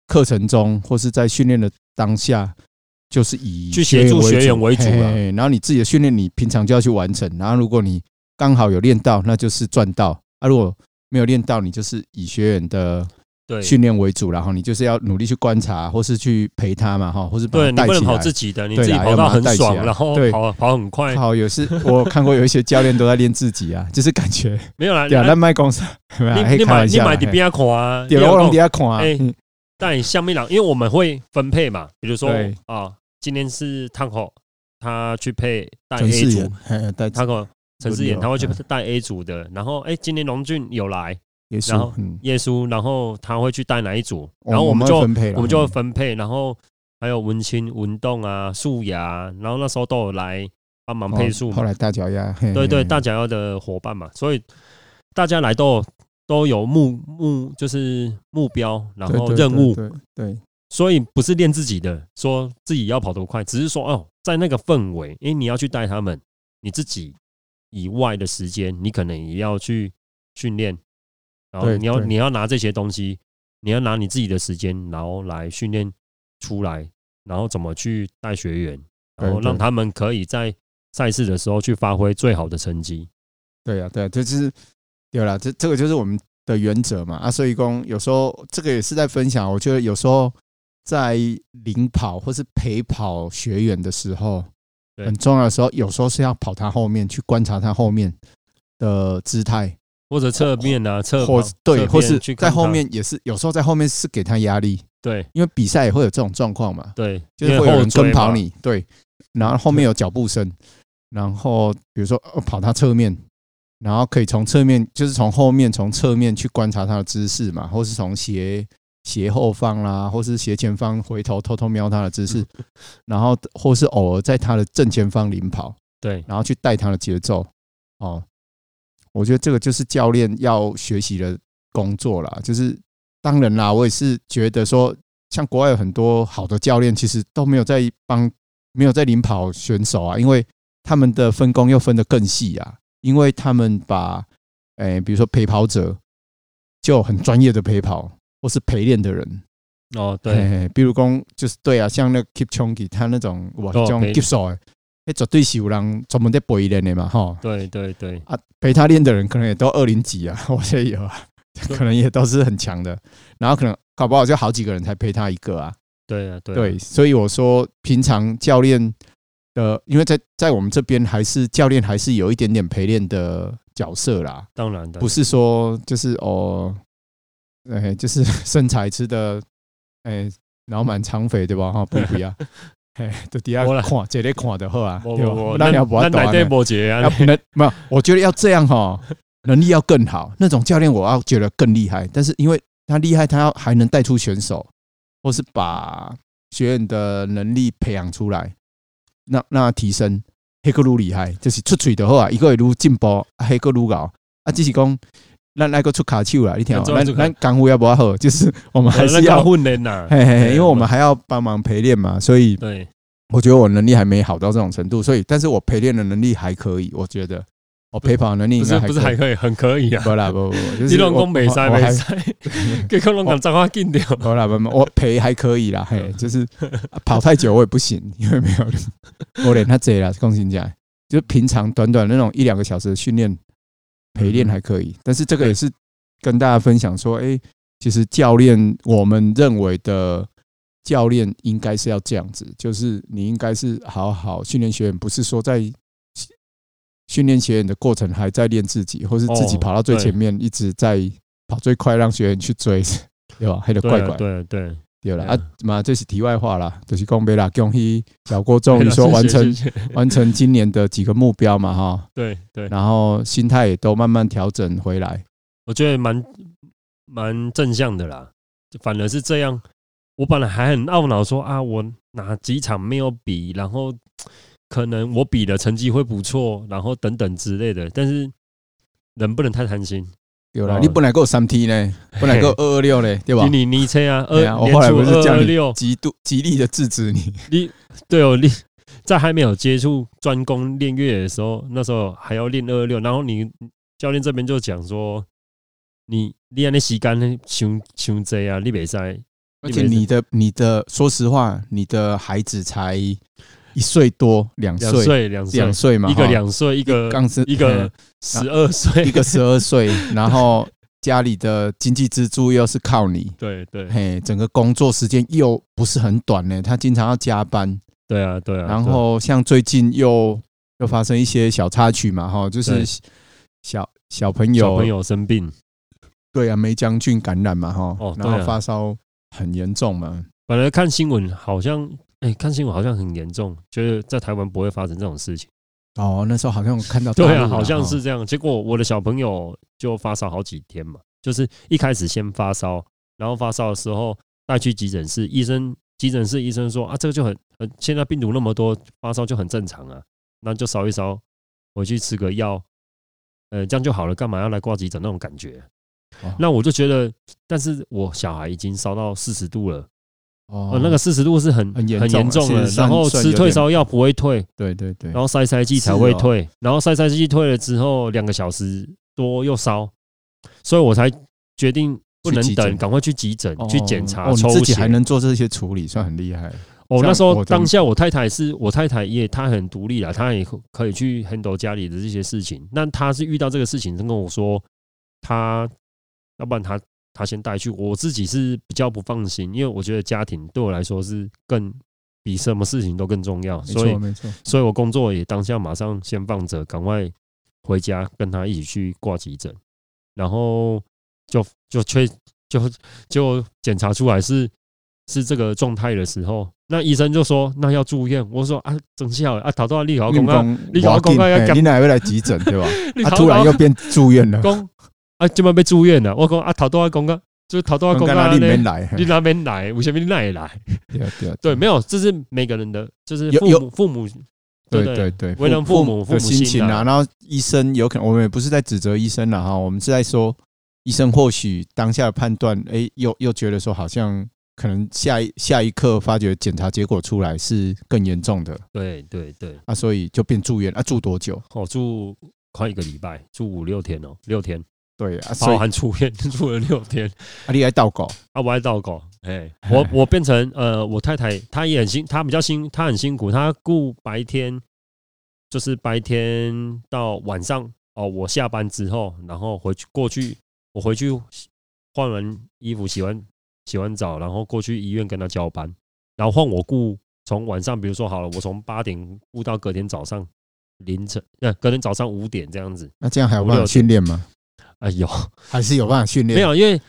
S3: 课程中或是在训练的当下，就是以
S4: 去协助学员为主啦
S3: 嘿然后你自己的训练，你平常就要去完成。然后如果你刚好有练到，那就是赚到啊；如果没有练到，你就是以学员的
S4: 对
S3: 训练为主，然后你就是要努力去观察，或是去陪他嘛，哈，或是把
S4: 对，
S3: 他
S4: 你
S3: 带
S4: 不能
S3: 起
S4: 跑
S3: 来。
S4: 自己的，你
S3: 对
S4: 自己
S3: 啦
S4: 跑
S3: 要
S4: 到
S3: 把它
S4: 很
S3: 带起
S4: 爽，
S3: 来
S4: 然后
S3: 对
S4: 跑跑很快，
S3: 好，有时我看过有一些教练都在练自己啊，就是感 觉
S4: 没有啦，
S3: 对啊，
S4: 啊
S3: 咱卖公司，你
S4: 你你买你买底
S3: 的
S4: 边看啊，
S3: 对
S4: 你
S3: 啊，
S4: 有
S3: 我拢
S4: 空
S3: 底下看啊，
S4: 哎
S3: 嗯
S4: 但下面两，因为我们会分配嘛，比如说
S3: 对
S4: 啊，今天是 Taco，他去配带
S3: 陈
S4: A
S3: 世
S4: 组
S3: 妍，哎带
S4: t a c o 陈思妍
S3: 轮流
S4: 他会去
S3: 嗯
S4: 带 A 组的，然后哎、今天龙俊有来，
S3: 也是
S4: 然后，
S3: 嗯哦
S4: 耶稣，然后他会去带哪一组，然后我们
S3: 会
S4: 就
S3: 分配了，
S4: 我们就会
S3: 嗯
S4: 分配，然后还有文青、文动啊、素雅，然后那时候都有来帮忙配
S3: 哦
S4: 速嘛。
S3: 后来大脚丫，嘿
S4: 对对，
S3: 嘿
S4: 大脚丫的伙伴嘛，所以大家来都有都有目目就是目标，然
S3: 对
S4: 后
S3: 对
S4: 任务，
S3: 对对对
S4: 所以不是练自己的，说自己要跑多快，只是说哦，在那个氛围，因为你要去带他们，你自己以外的时间，你可能也要去训练，然后
S3: 对
S4: 你要
S3: 对
S4: 你要拿这些东西，你要拿你自己的时间，然后来训练出来，然后怎么去带学员，然后
S3: 对对
S4: 让他们可以在赛事的时候去发挥最好的成绩。
S3: 对呀，对啊，这就是对了，这这个就是我们的原则嘛啊，所以公有时候这个也是在分享，我觉得有时候在领跑或是陪跑学员的时候，
S4: 对
S3: 很重要的时候，有时候是要跑他后面去观察他后面的姿态，
S4: 或者侧面啊，侧
S3: 或
S4: 跑侧
S3: 对，
S4: 边
S3: 或是
S4: 去看
S3: 在后
S4: 看
S3: 面也是有时候在后面是给他压力，
S4: 对
S3: 因为比赛也会有这种状况嘛，
S4: 对，
S3: 就是
S4: 因
S3: 会
S4: 为
S3: 有
S4: 后
S3: 人跟
S4: 追
S3: 跑
S4: 嘛，
S3: 你，对，然后后面有脚步声，然后比如说、呃、跑他侧面，然后可以从侧面，就是从后面从侧面去观察他的姿势嘛，或是从斜斜后方啦，或是斜前方回头偷偷瞄他的姿 势，然后或是偶尔在他的正前方领跑，
S4: 对
S3: 然后去带他的节奏。哦，我觉得这个就是教练要学习的工作啦。就是当然啦，我也是觉得说，像国外有很多好的教练，其实都没有在帮，没有在领跑选手啊，因为他们的分工又分得更细啊，因为他们把，诶、比如说陪跑者，就有很专业的陪跑或是陪练的人，
S4: 哦
S3: 嘿
S4: 对，
S3: 嘿比如讲就是对啊，像那个 Keep Chongi 他那种哇，这种
S4: 哦陪
S3: Keep 手的，那绝对是有人专门在陪练的嘛，吼。
S4: 对对对，
S3: 啊，陪他练的人可能也都二零几啊，我 觉得有啊，可能也都是很强的。然后可能搞不好就好几个人才陪他一个啊。
S4: 对啊，对啊
S3: 对，所以我说平常教练的，因为在在我们这边还是教练还是有一点点陪练的角色啦，
S4: 当然的，
S3: 不是说就是哦，哎，就是 身材吃的，哎，脑满肠肥对吧？哈，不 不要，哎，就底下
S4: 没啦
S3: 看，这里看就好啊，
S4: 不，
S3: 对吧
S4: 我？
S3: 咱也不要
S4: 咱内
S3: 大
S4: 底无一个
S3: 要
S4: 啊，
S3: 能没有，我觉得要这样哈，能力要更好。那种教练我要觉得更厉害，但是因为他厉害，他要还能带出选手，或是把学员的能力培养出来，那那提升黑个愈厉害，就是出嘴的好啊，一个愈进步，黑个愈高啊，只是讲。咱来个出卡手啦，你听哦，
S4: 咱做咱
S3: 咱
S4: 出卡
S3: 咱功夫要不要好，就是我们还是要，
S4: 混 人呐，
S3: 嘿嘿，嘿因为我
S4: 对
S3: 们还要帮忙陪练嘛，所以
S4: 啊对
S3: 我觉得我能力还没好到这种程度，所以但是我陪练的能力还可以，我觉得我陪跑的能力
S4: 不
S3: 应
S4: 是
S3: 该
S4: 不是
S3: 可以。
S4: 还可以，很可以啊。
S3: 不啦不不，不就是
S4: 你拢
S3: 我
S4: 讲没赛
S3: 我我
S4: 没
S3: 还
S4: 赛， 结果拢讲脏话禁掉。
S3: 不啦不不，我陪还可以啦，嘿，
S4: 嗯
S3: 就是啊跑太久我也不行， 因为没有人我脸他贼啦，恭喜你讲，就是平常短短那种一两个小时的训练陪
S4: 嗯
S3: 练还可以，但是这个也是跟大家分享说，哎，其实教练我们认为的教练应该是要这样子，就是你应该是好好训练学员，不是说在训练学员的过程还在练自己，或是自己
S4: 哦
S3: 跑到最
S4: 对
S3: 前面一直在跑最快，让学员去追， 对吧？还得
S4: 对
S3: 怪
S4: 啊
S3: 怪。
S4: 对啊对啊，
S3: 对啦，
S4: 对啊
S3: 啊，嘛，这是题外话啦，就是讲贝啦，恭喜小郭终于
S4: 对啊
S3: 说 完成
S4: 谢谢谢谢
S3: 完成今年的几个目标嘛哈，
S4: 对对，
S3: 然后心态也都慢慢调整回来，
S4: 我觉得蛮蛮正向的啦。反而是这样，我本来还很懊恼说啊，我哪几场没有比，然后可能我比的成绩会不错，然后等等之类的。但是人不能太贪心，
S3: 对啦，
S4: 哦
S3: 你本来够三 T 呢，本来够二二六呢，对吧
S4: 比？你尼车啊，二
S3: 对啊我
S4: 连
S3: 后来
S4: 出
S3: 不是
S4: 二
S3: 叫
S4: 二
S3: 你
S4: 六，
S3: 极度极力的制止 你，
S4: 你对哦，你在还没有接触专攻练越野的时候，那时候还要练二六，然后你教练这边就讲说，你你安尼时间伤伤济啊，你袂使
S3: 而且你的你的说实话，你的孩子才一岁多，两
S4: 两
S3: 岁
S4: 岁两岁
S3: 两岁嘛，
S4: 一个
S3: 哈
S4: 两岁，一个
S3: 刚是
S4: 一个十二 岁，
S3: 一个十二岁，然后家里的经济支柱又是靠你，
S4: 对啊对
S3: 嘿，整个工作时间又不是很短呢，他经常要加班，
S4: 对啊对啊，
S3: 然后像最近又又发生一些小插曲嘛，哈，就是
S4: 对
S3: 小小朋
S4: 对小
S3: 友
S4: 朋友生病，
S3: 对啊，梅将军感染嘛，哈
S4: 哦，
S3: 然
S4: 对
S3: 后
S4: 啊
S3: 发烧很严重嘛，
S4: 本来看新闻好像，哎，看新闻好像很严重，觉得在台湾不会发生这种事情。
S3: 哦，那时候好像我看到大
S4: 对
S3: 陆
S4: 啊，
S3: 了
S4: 好像
S3: 哈
S4: 是这样。结果我的小朋友就发烧好几天嘛，就是一开始先发烧，然后发烧的时候带去急诊室，医生急诊室医生说啊，这个就很很现在病毒那么多，发烧就很正常啊。那就烧一烧，回去吃个药，呃，这样就好了，干嘛要来挂急诊那种感觉？
S3: 哦
S4: 那我就觉得，但是我小孩已经烧到四十度了，
S3: 哦
S4: 哦，那个四十度是很
S3: 很严
S4: 很
S3: 重
S4: 严
S3: 了
S4: 重
S3: 是
S4: 了，然
S3: 算
S4: 后
S3: 算
S4: 吃
S3: 有
S4: 退
S3: 点
S4: 烧药不会退，
S3: 对对对
S4: 然，后塞塞剂才
S3: 是
S4: 会
S3: 哦
S4: 退，然后塞塞剂退了之后两个小时多又烧，所以我才决定不
S3: 去
S4: 能
S3: 急诊
S4: 等，赶快去急诊去检查
S3: 哦
S4: 抽
S3: 你自己
S4: 血
S3: 还。能做这些处理，算很厉害。
S4: 哦，
S3: 这
S4: 那
S3: 样
S4: 时候
S3: 我
S4: 当
S3: 真
S4: 下我太太是我太太也她很独立啦，她也可以去 handle 家里的这些事情。那她是遇到这个事情，她跟我说，她要不然她她先带去。我自己是比较不放心，因为我觉得家庭对我来说是更比什么事情都更重要，
S3: 没
S4: 所以
S3: 错没错，
S4: 所以我工作也当下马上先放着，赶快回家跟他一起去挂急诊，然后就就确就就检查出来是是这个状态的时候，那医生就说那要住院，我说啊，真笑啊，逃到立豪公啊，你
S3: 你
S4: 搞公告要讲
S3: 你哪会来急诊对吧？
S4: 立
S3: 他
S4: 豪
S3: 啊突然又变住院了，
S4: 公啊，今晚被住院了，我讲啊，逃到公啊，就是逃到
S3: 刚
S4: 公
S3: 刚
S4: 啊
S3: 哪里没
S4: 呢，
S3: 来？嘿
S4: 你那边
S3: 啊
S4: 来，为什么你那里来？
S3: 对啊对啊
S4: 对，没有，这是每个人的，就是
S3: 有
S4: 父
S3: 有
S4: 母父母对
S3: 对
S4: 对
S3: 对对，
S4: 为人父母父母
S3: 的心情
S4: 心啊
S3: 啊，然后医生有可能，我们也不是在指责医生了哈，我们是在说医生或许当下的判断，哎，又又觉得说好像可能下一下一刻发觉检查结果出来是更严重的
S4: 对对对。
S3: 啊，所以就变住院啊，住多久？
S4: 哦，住快一个礼拜，住五六天哦，六天，
S3: 对啊，所
S4: 包
S3: 以啊
S4: 含出院 住了六天，
S3: 你还倒狗，
S4: 啊，我还到狗，哎、我我变成呃，我太太她也很辛，她比较辛，她很辛苦，她顾白天，就是白天到晚上哦，我下班之后，然后回去过去，我回去洗换完衣服，洗完洗完澡，然后过去医院跟她交班，然后换我顾从晚上，比如说好了，我从八点顾到隔天早上凌晨，呃，隔天早上五点这样子。
S3: 那这样还有
S4: 五
S3: 办
S4: 六
S3: 法训练吗？
S4: 哎呦，
S3: 还是有办法训练？
S4: 没有，因为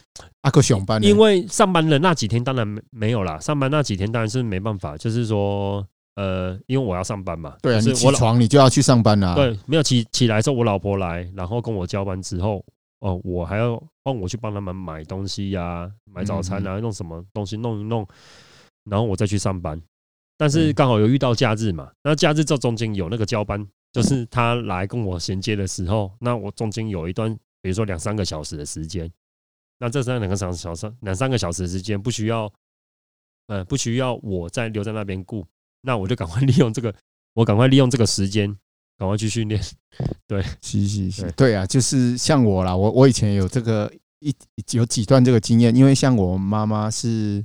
S3: 阿克熊班呢，
S4: 因为上班的那几天当然没没有啦，上班那几天当然是没办法，就是说，呃，因为我要上班嘛，
S3: 对啊，
S4: 就
S3: 你
S4: 是我
S3: 起
S4: 老
S3: 床你就要去上班啦。
S4: 对没有起起来之后，我老婆来，然后跟我交班之后，哦，我还要帮我去帮他们买东西呀、买早餐
S3: 嗯
S4: 啊，弄什么东西弄一弄，然后我再去上班。但是
S3: 嗯
S4: 刚好有遇到假日嘛，那假日这中间有那个交班，
S3: 嗯
S4: 就是他来跟我衔接的时候，那我中间有一段，比如说两三个小时的时间，那这三两个小时小时两三个小时的时间不需要，呃，不需要我再留在那边顾，那我就赶快利 用这个，我赶快利用这个时间，赶快去训练。
S3: 嗯 是是是
S4: 对，
S3: 对啊，就是像我啦，我我以前有这个一有几段这个经验，因为像我妈妈是，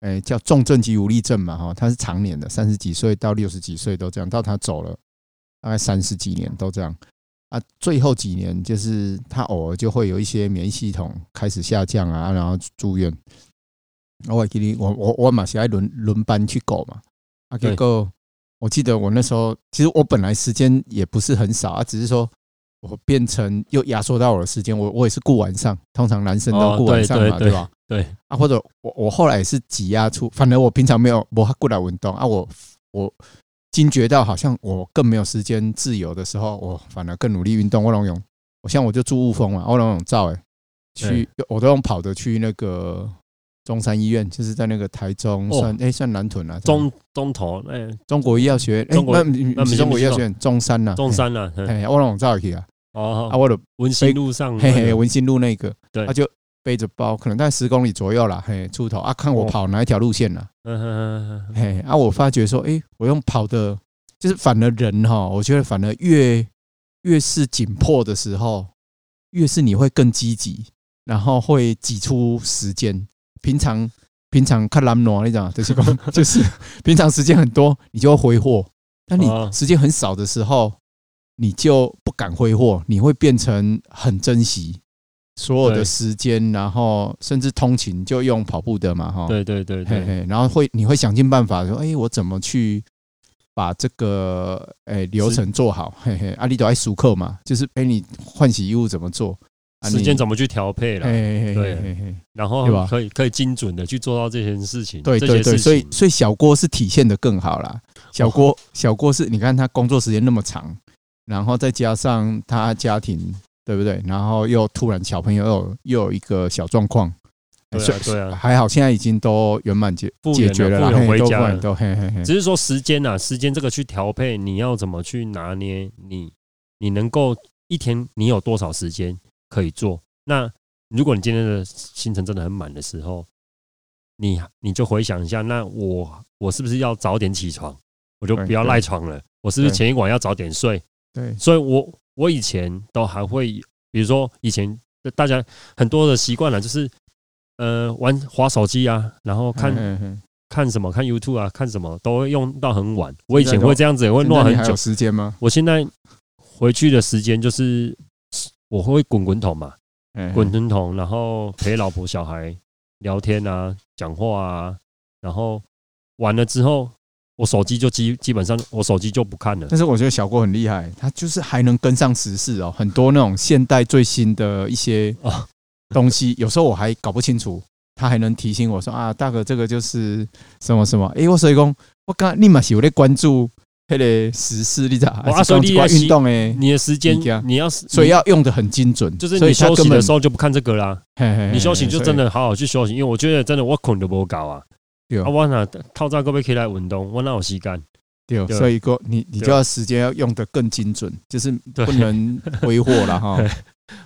S3: 诶、叫重症肌无力症嘛，哈，她是常年的，三十几岁到六十几岁都这样，到她走了大概三十几年都这样啊。最后几年就是她偶尔就会有一些免疫系统开始下降啊，然后住院。啊我还记得我我我嘛是爱轮轮班去搞嘛，啊，
S4: 对
S3: 结果我记得我那时候其实我本来时间也不是很少啊，只是说。我变成又压缩到我的时间，我我也是顾晚上，通常男生都
S4: 哦
S3: 顾晚
S4: 对
S3: 上
S4: 对
S3: 嘛，
S4: 对
S3: 吧？
S4: 对
S3: 啊，或者我我后来也是挤压出，反正我平常没有我过来运动啊，我我惊觉到好像我更没有时间自由的时候，我反而更努力运动。我拢用，我像我就住雾峰嘛，我拢用照诶，去我都用跑的去那个中山医院，就是在那个台中
S4: 哦
S3: 算诶算南屯啊，
S4: 中中头，哎、
S3: 中国医药学院，诶
S4: 中
S3: 那
S4: 国
S3: 那
S4: 那不是
S3: 中
S4: 不
S3: 国
S4: 是
S3: 医药学院中山呐，
S4: 中山啊，嗯
S3: 嘿，嘿我拢照去啊，
S4: 哦，
S3: 啊，我就
S4: 文心路上，
S3: 嘿嘿，文心路那个，
S4: 对
S3: 他就背着包，可能在十公里左右啦，嘿，出头啊，看我
S4: 哦
S3: 跑哪一条路线啊啦，
S4: 嗯嗯嗯嗯嗯
S3: 嘿，啊，我发觉说，诶，我用跑的，就是反而人哈，我觉得反而越越是紧迫的时候，越是你会更积极，然后会挤出时间，平常。平常看懒惰那种，就是说 就是平常时间很多，你就会挥霍；但你
S4: 哦
S3: 时间很少的时候，你就不敢挥霍，你会变成很珍惜所有
S4: 对
S3: 的时间，然后甚至通勤就用跑步的嘛，哈，
S4: 对对对
S3: 哦嘿
S4: 对，
S3: 嘿，然后会你会想尽办法说，哎、我怎么去把这个哎、流程做好？嘿嘿，阿里都爱熟客嘛，就是哎、你换洗衣物怎么做？啊、
S4: 时间
S3: 么？
S4: 怎么去调配了？
S3: 嘿嘿
S4: 对
S3: 嘿嘿嘿，对
S4: 然后
S3: 吧
S4: 可以可以精准的去做到这件事情，
S3: 对
S4: 这
S3: 对
S4: 些
S3: 对，
S4: 事
S3: 所以
S4: 情，哦
S3: 所以小郭是体现的更好啦。小郭小郭是你看他工作时间那么长，然后再加上他家庭对不对？然后又突然小朋友又有又有一个小状况，
S4: 对啊
S3: 所以
S4: 对啊
S3: 还好现在已经都圆满解
S4: 复原
S3: 解决
S4: 了
S3: 了啦，
S4: 复原
S3: 嘿
S4: 回
S3: 都
S4: 家
S3: 复原
S4: 了
S3: 都嘿嘿嘿，
S4: 只是说时间啊，时间这个去调配，你要怎么去拿捏你，你能够一天你有多少时间可以做？那如果你今天的行程真的很满的时候，你你就回想一下，那我我是不是要早点起床？我就
S3: 对
S4: 不要
S3: 对
S4: 赖床了。我是不是
S3: 对
S4: 前一晚要早点睡？
S3: 对
S4: 所以我我以前都还会，比如说以前大家很多的习惯了，就是呃玩滑手机啊，然后看
S3: 嘿嘿嘿
S4: 看什么看 YouTube 啊，看什么都会用到很晚。我以前
S3: 现在都
S4: 会这样子，也会
S3: 现在
S4: 弄
S3: 你
S4: 很
S3: 还
S4: 久
S3: 有。时间吗？
S4: 我现在回去的时间就是我会滚滚筒嘛，
S3: 嘿嘿
S4: 滚滚筒，然后陪老婆小孩聊天啊，讲话啊，然后完了之后，我手机就基基本上我手机就不看了。
S3: 但是我觉得小郭很厉害，他就是还能跟上时事哦，很多那种现代最新的一些
S4: 哦
S3: 东西，有时候我还搞不清楚，他还能提醒我说啊，大哥，这个就是什么什么。诶、我所以讲，我刚立马是有在关注那个时事，你知道？
S4: 哦啊
S3: 还是
S4: 所以
S3: 讲
S4: 你
S3: 一挂
S4: 也是
S3: 运动诶，
S4: 你的时间
S3: 你讲
S4: 你要是
S3: 所以
S4: 你
S3: 要用的很精准，
S4: 就是
S3: 所
S4: 你
S3: 以他
S4: 休息
S3: 根
S4: 的
S3: 本
S4: 时，候就不看这个啦，
S3: 嘿嘿嘿
S4: 你休息就真
S3: 哎所以
S4: 的好好去休息，因为我觉得真的我困都不搞啊，
S3: 对
S4: 啊我哪套早个要起来运动，我哪有时间？
S3: 对，
S4: 对
S3: 所以说你你
S4: 对
S3: 就要时间要用的更精准，就是
S4: 对
S3: 不 能挥霍了哈。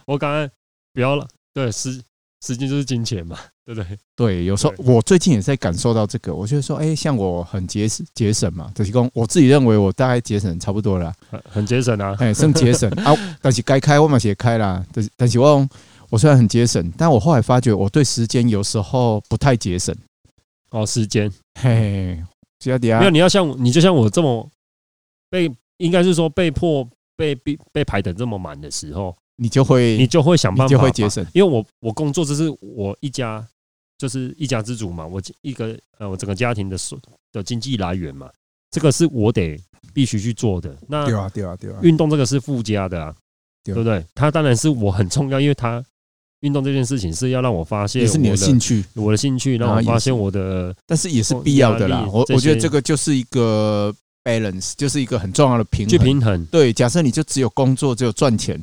S4: 我刚刚不要了，对，时时间就是金钱嘛，对不对？
S3: 对，有时候
S4: 对
S3: 我最近也在感受到这个，我就说，哎、像我很节省节省嘛，就是讲我自己认为我大概节省差不多了，
S4: 很很节省啊，
S3: 哎、算节省啊，但是该开我嘛也开啦，但是但是我讲我虽然很节省，但我后来发觉我对时间有时候不太节省，
S4: 哦，时间
S3: 嘿，只要底
S4: 没有，
S3: 下
S4: 你要像你就像我这么被，应该是说被迫被被被排等这么满的时候，
S3: 你就会
S4: 你就会想办
S3: 你
S4: 法
S3: 就会
S4: 把
S3: 节省，
S4: 因为我我工作就是我一家就是一家之主嘛，我一个呃我整个家庭的所的经济来源嘛，这个是我得必须去做的。那
S3: 啊对啊对啊
S4: 运动这个是附加的啊，
S3: 对
S4: 对不对？它当然是我很重要，因为它运动这件事情是要让我发现
S3: 也是你的
S4: 我
S3: 兴趣，
S4: 我的兴趣，让
S3: 啊
S4: 我
S3: 也
S4: 发
S3: 是
S4: 现我的
S3: 但是也是必要的
S4: 哦压
S3: 啦
S4: 力。
S3: 我
S4: 这
S3: 我觉得
S4: 些
S3: 这个就是一个 balance，就是一个很重要的平
S4: 去
S3: 衡。
S4: 平衡。
S3: 对，假设你就只有工作，只有赚钱，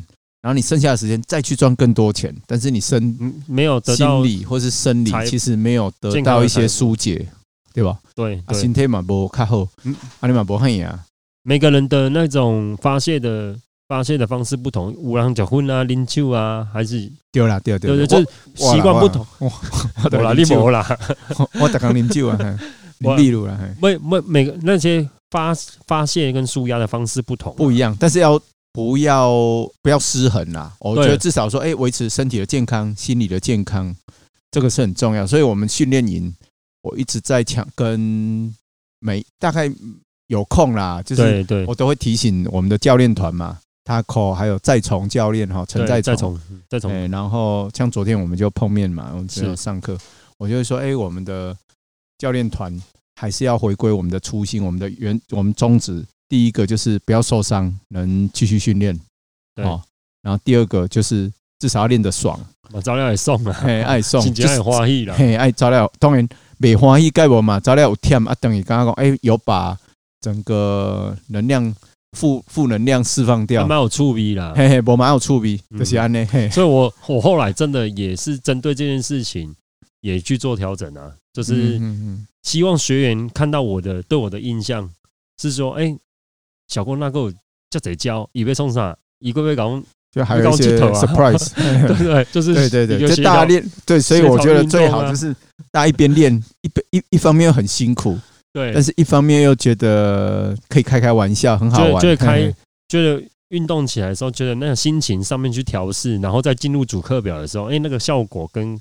S3: 然后你剩下的时间再去赚更多钱，但是你身
S4: 嗯，没有得
S3: 心
S4: 到
S3: 理或是生理
S4: 财
S3: 其实没有得
S4: 健康
S3: 到
S4: 的
S3: 一些
S4: 财富
S3: 疏解，对吧？
S4: 对
S3: 啊，
S4: 对
S3: 身，体嘛无较好
S4: 嗯，
S3: 啊你嘛无很啊，
S4: 每个人的那种发泄的发泄的方式不同，五郎结婚啊、啉酒啊，还是
S3: 对啦对
S4: 对
S3: 对对，
S4: 对，就是
S3: 我
S4: 习惯不同。，
S3: 我我
S4: 没啦，
S3: 我
S4: 你
S3: 啉酒
S4: 无啦，
S3: 我逐工啉酒啊，嘿
S4: 我
S3: 你例如啦，嘿
S4: 每每每个那些发发泄跟舒压的方式不同啊，
S3: 不一样，但是要不要不要失衡啦？我
S4: 对
S3: 觉得至少说，哎、维持身体的健康、心理的健康，这个是很重要。所以，我们训练营我一直在强跟每大概有空啦，就是
S4: 对对
S3: 我都会提醒我们的教练团嘛，Taco 还有在从教练哈，陈
S4: 对
S3: 在
S4: 再
S3: 从
S4: 从再从
S3: 哎，然后像昨天我们就碰面嘛，我们只有
S4: 是
S3: 上课，我就会说，哎、我们的教练团还是要回归我们的初心，我们的原我们宗旨，第一个就是不要受伤，能继续训练
S4: 对，
S3: 哦，然后第二个就是至少要练得爽，
S4: 我照料也送了，
S3: 嘿，爱送，
S4: 请节
S3: 就是
S4: 也花艺了，
S3: 嘿，爱早了，当然袂欢喜盖无嘛，早了有忝啊，等于刚刚讲，哎、有把整个能量负负能量释放掉
S4: 还，蛮有趣味啦。
S3: 嘿嘿，无嘛有趣味，就是
S4: 嗯
S3: 安尼，嘿，
S4: 所以我我后来真的也是针对这件事情也去做调整啊，就是
S3: 嗯嗯嗯
S4: 希望学员看到我的对我的印象是说，哎、小郭那个叫谁教，以被送啥，一个被搞，
S3: 就还有一
S4: 你
S3: 些
S4: 跟我去投
S3: surprise，
S4: 啊 对不对？就是
S3: 对对
S4: 一
S3: 对，就大家
S4: 个协调
S3: 练对，所以
S4: 协调
S3: 我觉得
S4: 运动
S3: 最好
S4: 啊
S3: 就是大家一边练，一边一一方面又很辛苦，
S4: 对，
S3: 但是一方面又觉得可以开开玩笑，很好
S4: 就
S3: 玩，
S4: 就会开
S3: 嘿，
S4: 觉得运动起来的时候，觉得那个心情上面去调试，然后再进入主课表的时候，哎、那个效果跟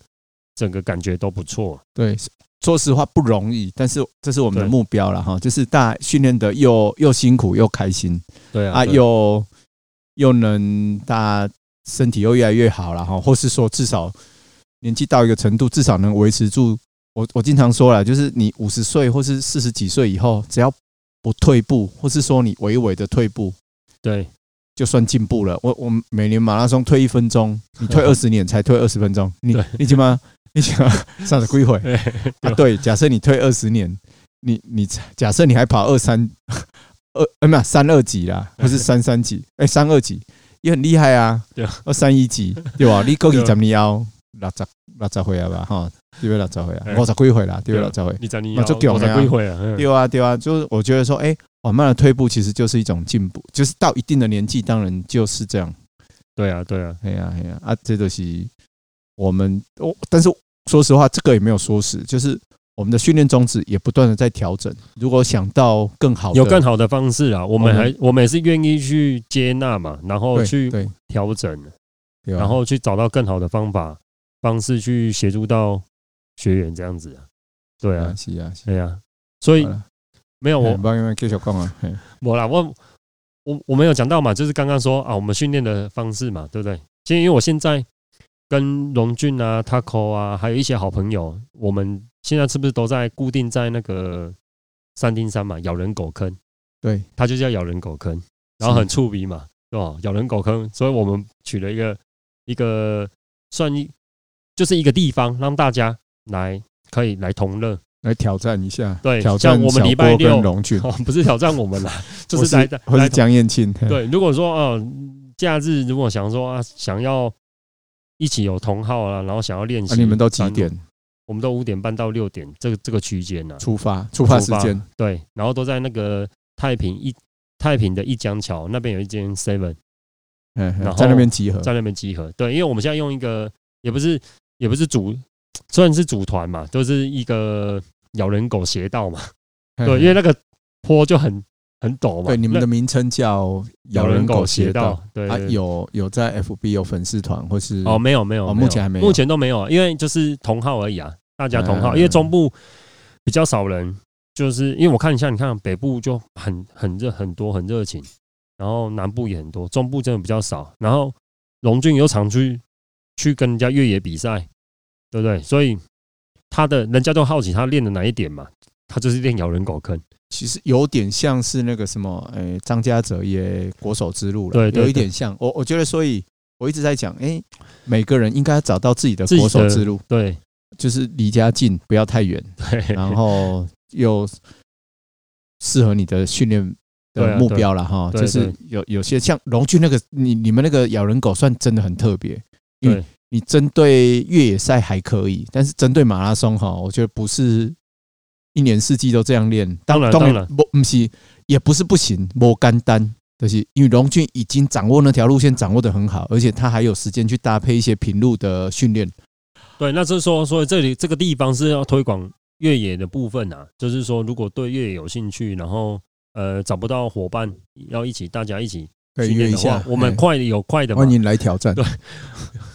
S4: 整个感觉都不错。
S3: 对。说实话不容易，但是这是我们的
S4: 对
S3: 目标了哈，就是大家训练的又又辛苦又开心
S4: 对啊，
S3: 啊，
S4: 对
S3: 又又能大家身体又越来越好了哈，或是说至少年纪到一个程度，至少能维持住。我我经常说了，就是你五十岁或是四十几岁以后，只要不退步，或是说你微微的退步，
S4: 对
S3: 就算进步了。我我每年马拉松退一分钟，你退二十年才退二十分钟，你
S4: 对
S3: 你起码你起码上了归回
S4: 对
S3: 啊。对，假设你退二十年，你你假设你还跑二三二呃没有三二级啦，不是三三级，哎、三二级也很厉害啊
S4: 对，
S3: 二三一级对吧？你够几怎么腰？啊六十六十岁啊吧，吼，对不对？六十岁啊
S4: 哎，
S3: 五十几岁啦，对不对？
S4: 对
S3: 六十岁。
S4: 你在你
S3: 嘛
S4: 要
S3: 很强
S4: 我
S3: 的啊
S4: 才归回啊，嗯
S3: 对啊，对啊，就是我觉得说，哎、缓慢的退步其实就是一种进步，就是到一定的年纪，当然就是这样。
S4: 对啊对啊，
S3: 哎呀、哎呀、啊，这就是我们，我但是说实话，这个也没有说死，就是我们的训练宗旨也不断的在调整。如果想到更好的，
S4: 有更好的方式啊，我们
S3: 我们
S4: 还我们也是愿意去接纳嘛，然后
S3: 对
S4: 去
S3: 哦对，
S4: 调整，
S3: 对啊
S4: 然后去找到更好的方法方式去协助到学员这样子啊，对
S3: 啊
S4: 啊，
S3: 是啊，是啊
S4: 对啊，所以
S3: 好了
S4: 没有
S3: 我
S4: 我
S3: 帮你们继续讲啊，嘿
S4: 我啦，我我我们有讲到嘛，就是刚刚说啊，我们训练的方式嘛，对不对？其实因为我现在跟荣俊啊、Taco 啊，还有一些好朋友，我们现在是不是都在固定在那个三丁山嘛，咬人狗坑，
S3: 对，
S4: 它就叫咬人狗坑，然后很触鼻嘛，对吧？咬人狗坑，所以我们取了一个一个算一就是一个地方，让大家来可以来同乐，
S3: 来挑战一下，
S4: 对
S3: 挑
S4: 像
S3: 战
S4: 我们礼拜
S3: 小波跟
S4: 六
S3: 龙俊，
S4: 哦，不是挑战我们啦， 就
S3: 或
S4: 是来
S3: 或
S4: 来
S3: 是江燕庆，嘿，
S4: 对，如果说哦、假日如果想说啊，想要一起有同号啊，然后想要练习、
S3: 啊，你们都几点？嗯
S4: 我们都五点半到六点这个这个区间呢、啊
S3: 出发？出发时间？
S4: 对，然后都在那个太平一太平的一江桥那边有一间 Seven
S3: 嗯，嘿
S4: 然后
S3: 在那边集合。
S4: 在那边集合。对，因为我们现在用一个也不是也不是组，虽然是组团嘛，就是一个咬人狗斜道嘛。
S3: 嘿
S4: 对，
S3: 嘿
S4: 因为那个坡就很很陡
S3: 嗯
S4: 嘛。
S3: 对，你们
S4: 那
S3: 的名称叫“咬
S4: 咬
S3: 人
S4: 人
S3: 狗
S4: 狗
S3: 邪
S4: 斜
S3: 道
S4: 道，”对
S3: 啊，
S4: 对对
S3: 有有在 FB 有粉丝团或是
S4: 哦，没有没有，
S3: 哦
S4: 没有
S3: 目前还没有
S4: 目前都没有，因为就是同号而已啊，大家同号，
S3: 嗯
S4: 因为中部比较少人，就是因为我看一下，你看北部就很很热，很多很热情，然后南部也很多，中部真的比较少。然后龙俊又常去去跟人家越野比赛，对不对？所以他的人家都好奇他练的哪一点嘛，他就是练咬人狗坑。
S3: 其实有点像是那个什么，诶、张家泽也国手之路了，
S4: 对对
S3: 有一点像。我我觉得，所以我一直在讲，诶、每个人应该找到自己的
S4: 自己的
S3: 国手之路，
S4: 对
S3: 就是离家近，不要太远，
S4: 对，
S3: 然后又适合你的训练
S4: 对
S3: 的
S4: 啊
S3: 目标了哈。
S4: 对
S3: 就是
S4: 对
S3: 有有些像龙俊那个，你你们那个咬人狗算真的很特别，因为
S4: 对
S3: 你针对越野赛还可以，但是针对马拉松哈，我觉得不是一年四季都这样练。
S4: 当然当
S3: 不不是，也不是不行，不干单。就是因为龙俊已经掌握那条路线掌握的很好，而且他还有时间去搭配一些平路的训练。
S4: 对，那就是说，所以这里这个地方是要推广越野的部分啊，就是说，如果对越野有兴趣，然后呃找不到伙伴要一起，大家一起
S3: 可以
S4: 训
S3: 约
S4: 练
S3: 一
S4: 的话
S3: 下，，
S4: 我们
S3: 哎
S4: 快的有快的嘛
S3: 欢，迎来挑战。
S4: 对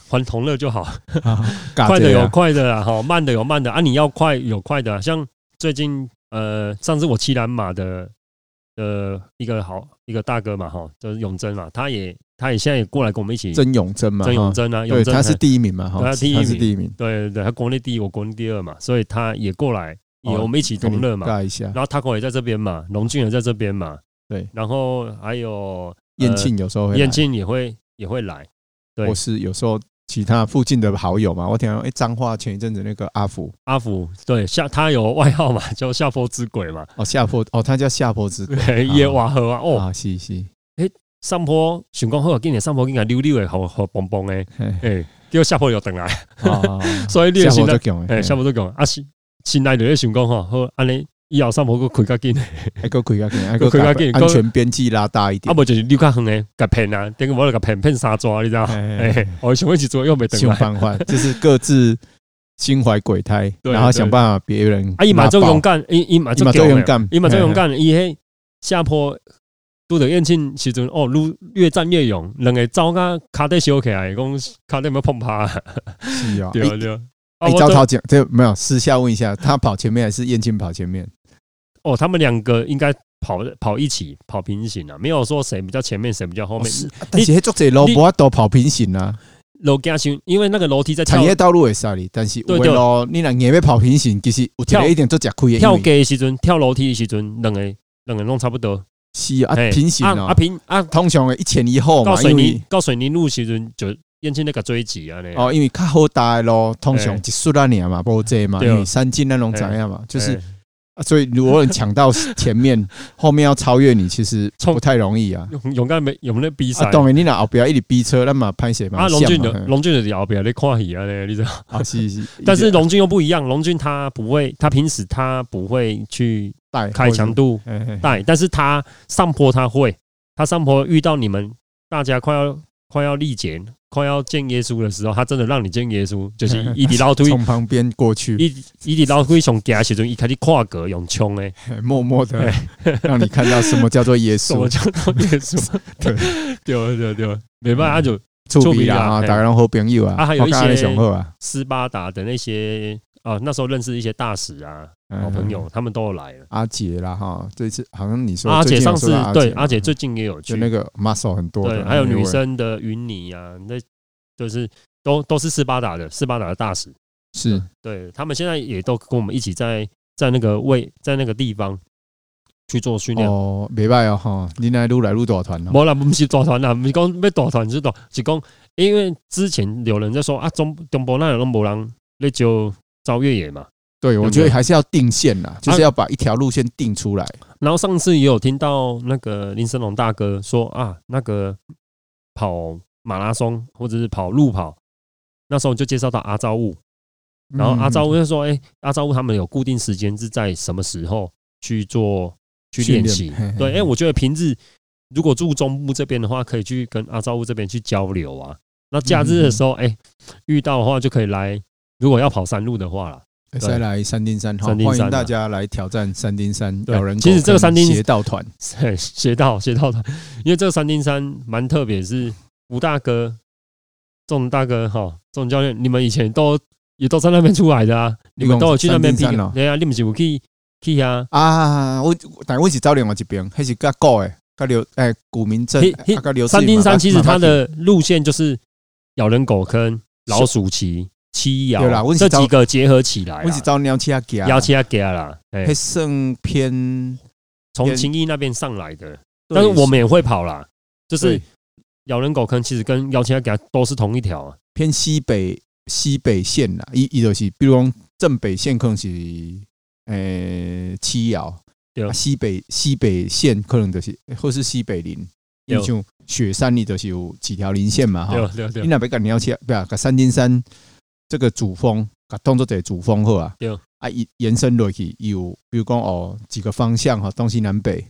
S4: 还同乐就好，
S3: 啊尬
S4: 快的
S3: 这
S4: 有
S3: 样
S4: 快的啦，哈，慢的有慢的啊，你要快有快的、啊，像最近呃上次我骑蓝马的呃一个好一个大哥嘛，哈，就是永贞嘛，他也他也现在也过来跟我们一起
S3: 曾永贞嘛，
S4: 曾
S3: 哈
S4: 永贞啊，永
S3: 对，
S4: 贞
S3: 他
S4: 还
S3: 是第一名嘛，哈，
S4: 对他第一名
S3: 是第一名，
S4: 对对对，他国内第一，我国内第二嘛，所以他也过来，也
S3: 哦
S4: 我们一起
S3: 跟你
S4: 同乐嘛。
S3: 尬一下。
S4: 然后 Taco 也在这边嘛，龙俊也在这边嘛，
S3: 对，
S4: 然后还有
S3: 燕庆有时候会来，
S4: 燕庆也会也会来，对
S3: 或是有时候其他附近的好友嘛，我听到哎，彰化前一阵子那个阿福
S4: 阿福对下他有外号嘛，叫下坡之鬼嘛，
S3: 哦，下坡哦，他叫下坡之鬼
S4: 对，野瓦河啊， 哦，
S3: 啊，是 是，
S4: 上坡想讲好，今年上坡竟然溜溜的，好好蹦蹦的，
S3: 嘿
S4: 哎，叫下坡又等来，
S3: 啊，
S4: 所以你
S3: 下
S4: 现
S3: 坡就
S4: 在
S3: 强
S4: 哎
S3: 诶，
S4: 下坡都讲啊，心心内就咧想讲吼，哦好，安尼以后上坡个开较紧，
S3: 还够开较紧，还
S4: 还
S3: 够
S4: 开
S3: 开
S4: 较
S3: 较
S4: 紧
S3: 紧，
S4: 还
S3: 安全边际拉大一
S4: 啊，
S3: 点。
S4: 无就是溜较远的，甲骗啊，等于我甲骗骗三抓，你知道吗？
S3: 哎
S4: 哎，我想一起做又没等
S3: 想
S4: 来。
S3: 办法，就是各自心怀鬼胎，
S4: 对
S3: 然后
S4: 对
S3: 想办法别人
S4: 啊，伊嘛
S3: 拉
S4: 足
S3: 爆
S4: 勇，敢，伊伊嘛
S3: 伊
S4: 足
S3: 嘛
S4: 强
S3: 做
S4: 的
S3: 勇，敢，
S4: 伊嘛足勇
S3: 嘿，
S4: 敢的。伊迄下坡拄着燕庆时阵，哦，越越战越勇，两个走甲骹底烧起来，讲骹底要碰趴，
S3: 嘿是哦，
S4: 对
S3: 哎
S4: 对。啊，
S3: 啊哎，
S4: 我
S3: 招
S4: 都
S3: 涛讲这没有私下问一下，他跑前面还是燕青跑前面？
S4: 哦，他们两个应该跑跑一起跑平行啊，没有说谁比较前面，谁比较后面。
S3: 啊但哦是迄作者路无法度跑平行啊，
S4: 楼架先，因为那个楼梯在跳
S3: 产业道路会使你，但是有
S4: 对
S3: 的路你若硬要跑平行，其实有一
S4: 跳
S3: 个一定做食亏的，
S4: 跳
S3: 因为
S4: 街的时阵，跳楼梯的时阵，两个两个弄差不多。
S3: 是啊，
S4: 嘿
S3: 平行
S4: 啊啊
S3: 哦，
S4: 平啊，
S3: 通常的一前一后
S4: 到
S3: 嘛，
S4: 水
S3: 因
S4: 泥
S3: 为
S4: 到水泥路的时阵就燕庆那个追击啊，那
S3: 哦，因为较好搭的路，通
S4: 嘿
S3: 常一速啊尔嘛，无济嘛，
S4: 哎对哎
S3: 因为三金咱拢知
S4: 嘿
S3: 影嘛，就是啊所以如果你抢到前面，后面要超越你，其实
S4: 冲
S3: 不太容易啊。
S4: 勇勇敢没有没有比赛
S3: 啊，？当然你若后壁一直逼车，那么拍谁嘛？
S4: 哎啊，龙俊的
S3: 像嘛嗯
S4: 龙俊的后边咧看戏啊咧，你知 道？
S3: 嘿啊，是是，
S4: 但是龙俊又不一样，龙俊他不会，他平时他不会去
S3: 带
S4: 开强，度
S3: 嘿嘿
S4: 带，但是他上坡他会，他上坡遇到你们大家快要快要力竭、快要见耶稣的时候，他真的让你见耶稣， 就是一直老推，
S3: 从旁边过去，
S4: 一一直老推从家时阵，一开始跨格用冲诶，
S3: 嘿默默的让你看到什么叫做耶
S4: 哎 什么
S3: 稣，
S4: 叫做耶稣？
S3: 对， 嗯
S4: 对了对了对了，没办法，他就
S3: 触
S4: 触
S3: 鼻
S4: 鼻啦
S3: 啦啊，
S4: 嘿
S3: 大家拢好朋友啊，
S4: 啊还有一些
S3: 雄厚啊，
S4: 斯巴达的那些啊，那时候认识一些大使啊、好朋
S3: 嗯
S4: 友，他们都有来了。
S3: 阿杰啦哈，这次好像你说
S4: 阿
S3: 最
S4: 姐
S3: 近
S4: 上
S3: 有说
S4: 次
S3: 到阿
S4: 对
S3: 嘛
S4: 阿姐最近也有去
S3: 就，那个 muscle 很多的
S4: 对，
S3: 那
S4: 还有
S3: 一位
S4: 女生的云妮啊，那就是都都是斯巴达的斯巴达的大使，
S3: 是
S4: 对他们现在也都跟我们一起在在那个位在那个地方去做训练。
S3: 哦，袂歹哦哈，你来愈来愈大团哦，
S4: 没啦，不是大团啦，不是讲要大团，是大，是讲因为之前有人在说啊，中中国那有拢无人那就招越野嘛。
S3: 对
S4: 没
S3: 我
S4: 有
S3: 觉得还是要定线
S4: 啊
S3: 啦，就是要把一条路线定出来，
S4: 然后上次也有听到那个林森龙大哥说啊，那个跑马拉松或者是跑路跑，那时候就介绍到阿昭物，然后阿昭
S3: 嗯
S4: 物就说：“哎、阿昭物他们有固定时间是在什么时候去做去练习
S3: 训练嘿嘿？嘿
S4: 对，哎、我觉得平日如果住中部这边的话，可以去跟阿昭物这边去交流啊。那假日的时候，哎、遇到的话就可以来。如果要跑山路的话啦，
S3: 可以再来三丁山哈，
S4: 三
S3: 欢
S4: 丁山啊
S3: 迎大家来挑战三丁山
S4: 对
S3: 咬人狗
S4: 其实这个三丁
S3: 跟邪道团
S4: 嘿学到学到的，因为这个三丁山蛮特别，是吴大哥、仲大哥哈、仲教练，你们以前都也都在那边出来的啊，你们都有去那边
S3: 你
S4: 比
S3: 讲三丁山哦，
S4: 对啊，你们是有去去啊？
S3: 啊，我但我是走另外一边，还是甲狗诶，甲刘诶古民镇啊
S4: 嘿嘿，
S3: 甲刘
S4: 三丁山其实它的路线就是咬人狗坑、老鼠骑、七
S3: 对啦我
S4: 咬
S3: 是
S4: 这
S3: 找
S4: 几个结合起来
S3: 我是
S4: 啦，
S3: 走鸟车行，啊
S4: 幺七阿给啦，哎
S3: 还，啊算偏，
S4: 从秦义那边上来的，但是我们也会跑啦，就是
S3: 对
S4: 咬人狗坑其实跟幺七阿给都是同一条啊。
S3: 偏西北西北线啦，伊伊就是比如讲正北线可能是诶七窑，
S4: 对
S3: 啊西北西北线可能就是或是西北林，
S4: 对
S3: 你像雪山里就是有几条林线嘛
S4: 对
S3: 哈，
S4: 对
S3: 你
S4: 对，
S3: 那边甲鸟车，不要甲三丁山这个主峰，甲当作一个主峰好啊
S4: 对，
S3: 啊伊延伸落去它有，比如讲哦几个方向哈，东西南北。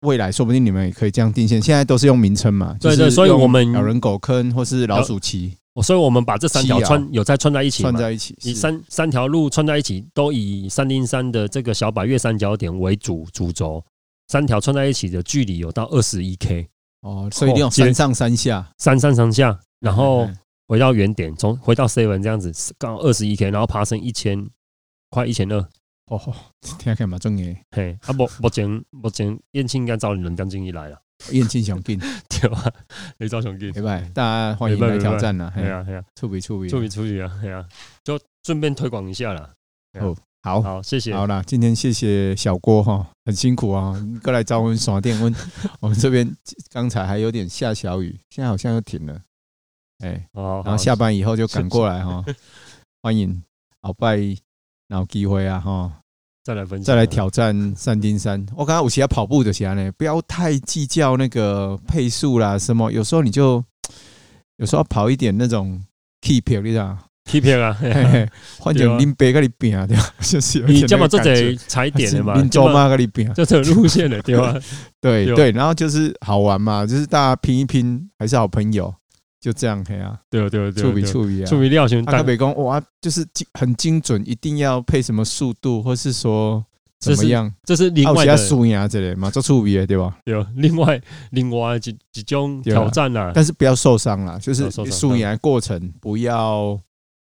S3: 未来说不定你们也可以这样定线，现在都是用名称嘛，
S4: 对对
S3: 就是
S4: 所以
S3: 用
S4: 我们
S3: 咬人狗坑或是老鼠骑，
S4: 哦所以我们把这三条
S3: 七啊
S4: 串有再串在一起嘛
S3: 串，在一起，
S4: 以
S3: 是
S4: 三三条路串在一起，都以三零三的这个小百越三角点为主主轴，三条串在一起的距离有到二十一 K，
S3: 哦，所以一定要
S4: 接
S3: 三上三下，
S4: 三上上下，然后
S3: 嗯
S4: 回到原点，从回到 seven 这样子，刚好二十一 K，然后爬升一千，快一千二。
S3: 哦，吼听起来嘛正诶，
S4: 嘿，啊目目前目前燕青应该找两将精一来了，
S3: 燕青上进，
S4: 对吧？你找上进，
S3: 拜拜，大家欢迎来挑战啦，
S4: 对
S3: 嘿，
S4: 啊对啊，
S3: 触笔触笔，
S4: 出去出去啊，对啊，就顺便推广一下啦。
S3: 好。
S4: 好，谢谢。
S3: 哦好啦，今天谢谢小郭哈，很辛苦啊，过来找我们耍电。 我们我们这边刚才还有点下小雨，现在好像又停了。哎、
S4: 好，
S3: 然后
S4: 好
S3: 下班以后就赶过来哈，欢迎鳌拜，然后机会啊哈，
S4: 再来分享，
S3: 再来挑战三丁山。我刚刚有时要跑步的时候呢，不要太计较那个配速啦，什么有时候你就有时候跑一点那种 keep 你知道 吗，
S4: T P 啊，
S3: 嘿 嘿换
S4: 对
S3: 成
S4: 啊
S3: 林北跟你拼啊，对吧？ 就是有一
S4: 你
S3: 点
S4: 这么
S3: 那
S4: 做
S3: 个感觉
S4: 这踩点的嘛，
S3: 林
S4: 这
S3: 州
S4: 么
S3: 妈跟你拼啊，
S4: 这种路线的 对吧？
S3: 对
S4: 对啊
S3: 对，然后就是好玩嘛，就是大家拼一拼，还是好朋友，就这样嘿啊，
S4: 对对对，
S3: 触笔触笔啊，
S4: 触笔料选
S3: 阿
S4: 蛋，
S3: 北公哇，就是精很精准，一定要配什么速度，或是说
S4: 这
S3: 怎么
S4: 是
S3: 样，
S4: 这是另
S3: 啊，
S4: 外
S3: 有
S4: 的啊
S3: 些输赢啊之类嘛，做触笔的对吧？
S4: 对，另外另外几几种挑战啊啦，
S3: 但是不要受伤啦，就是
S4: 不要啊受伤
S3: 输赢的过程不要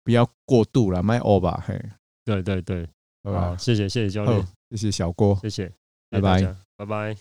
S3: 不要过度了，卖欧吧，嘿，
S4: 对对对，
S3: 啊好
S4: 好，
S3: 吧，
S4: 谢谢谢谢教
S3: 好
S4: 练，，
S3: 谢谢小郭。
S4: 谢谢，
S3: 拜拜
S4: 谢谢大家，拜拜。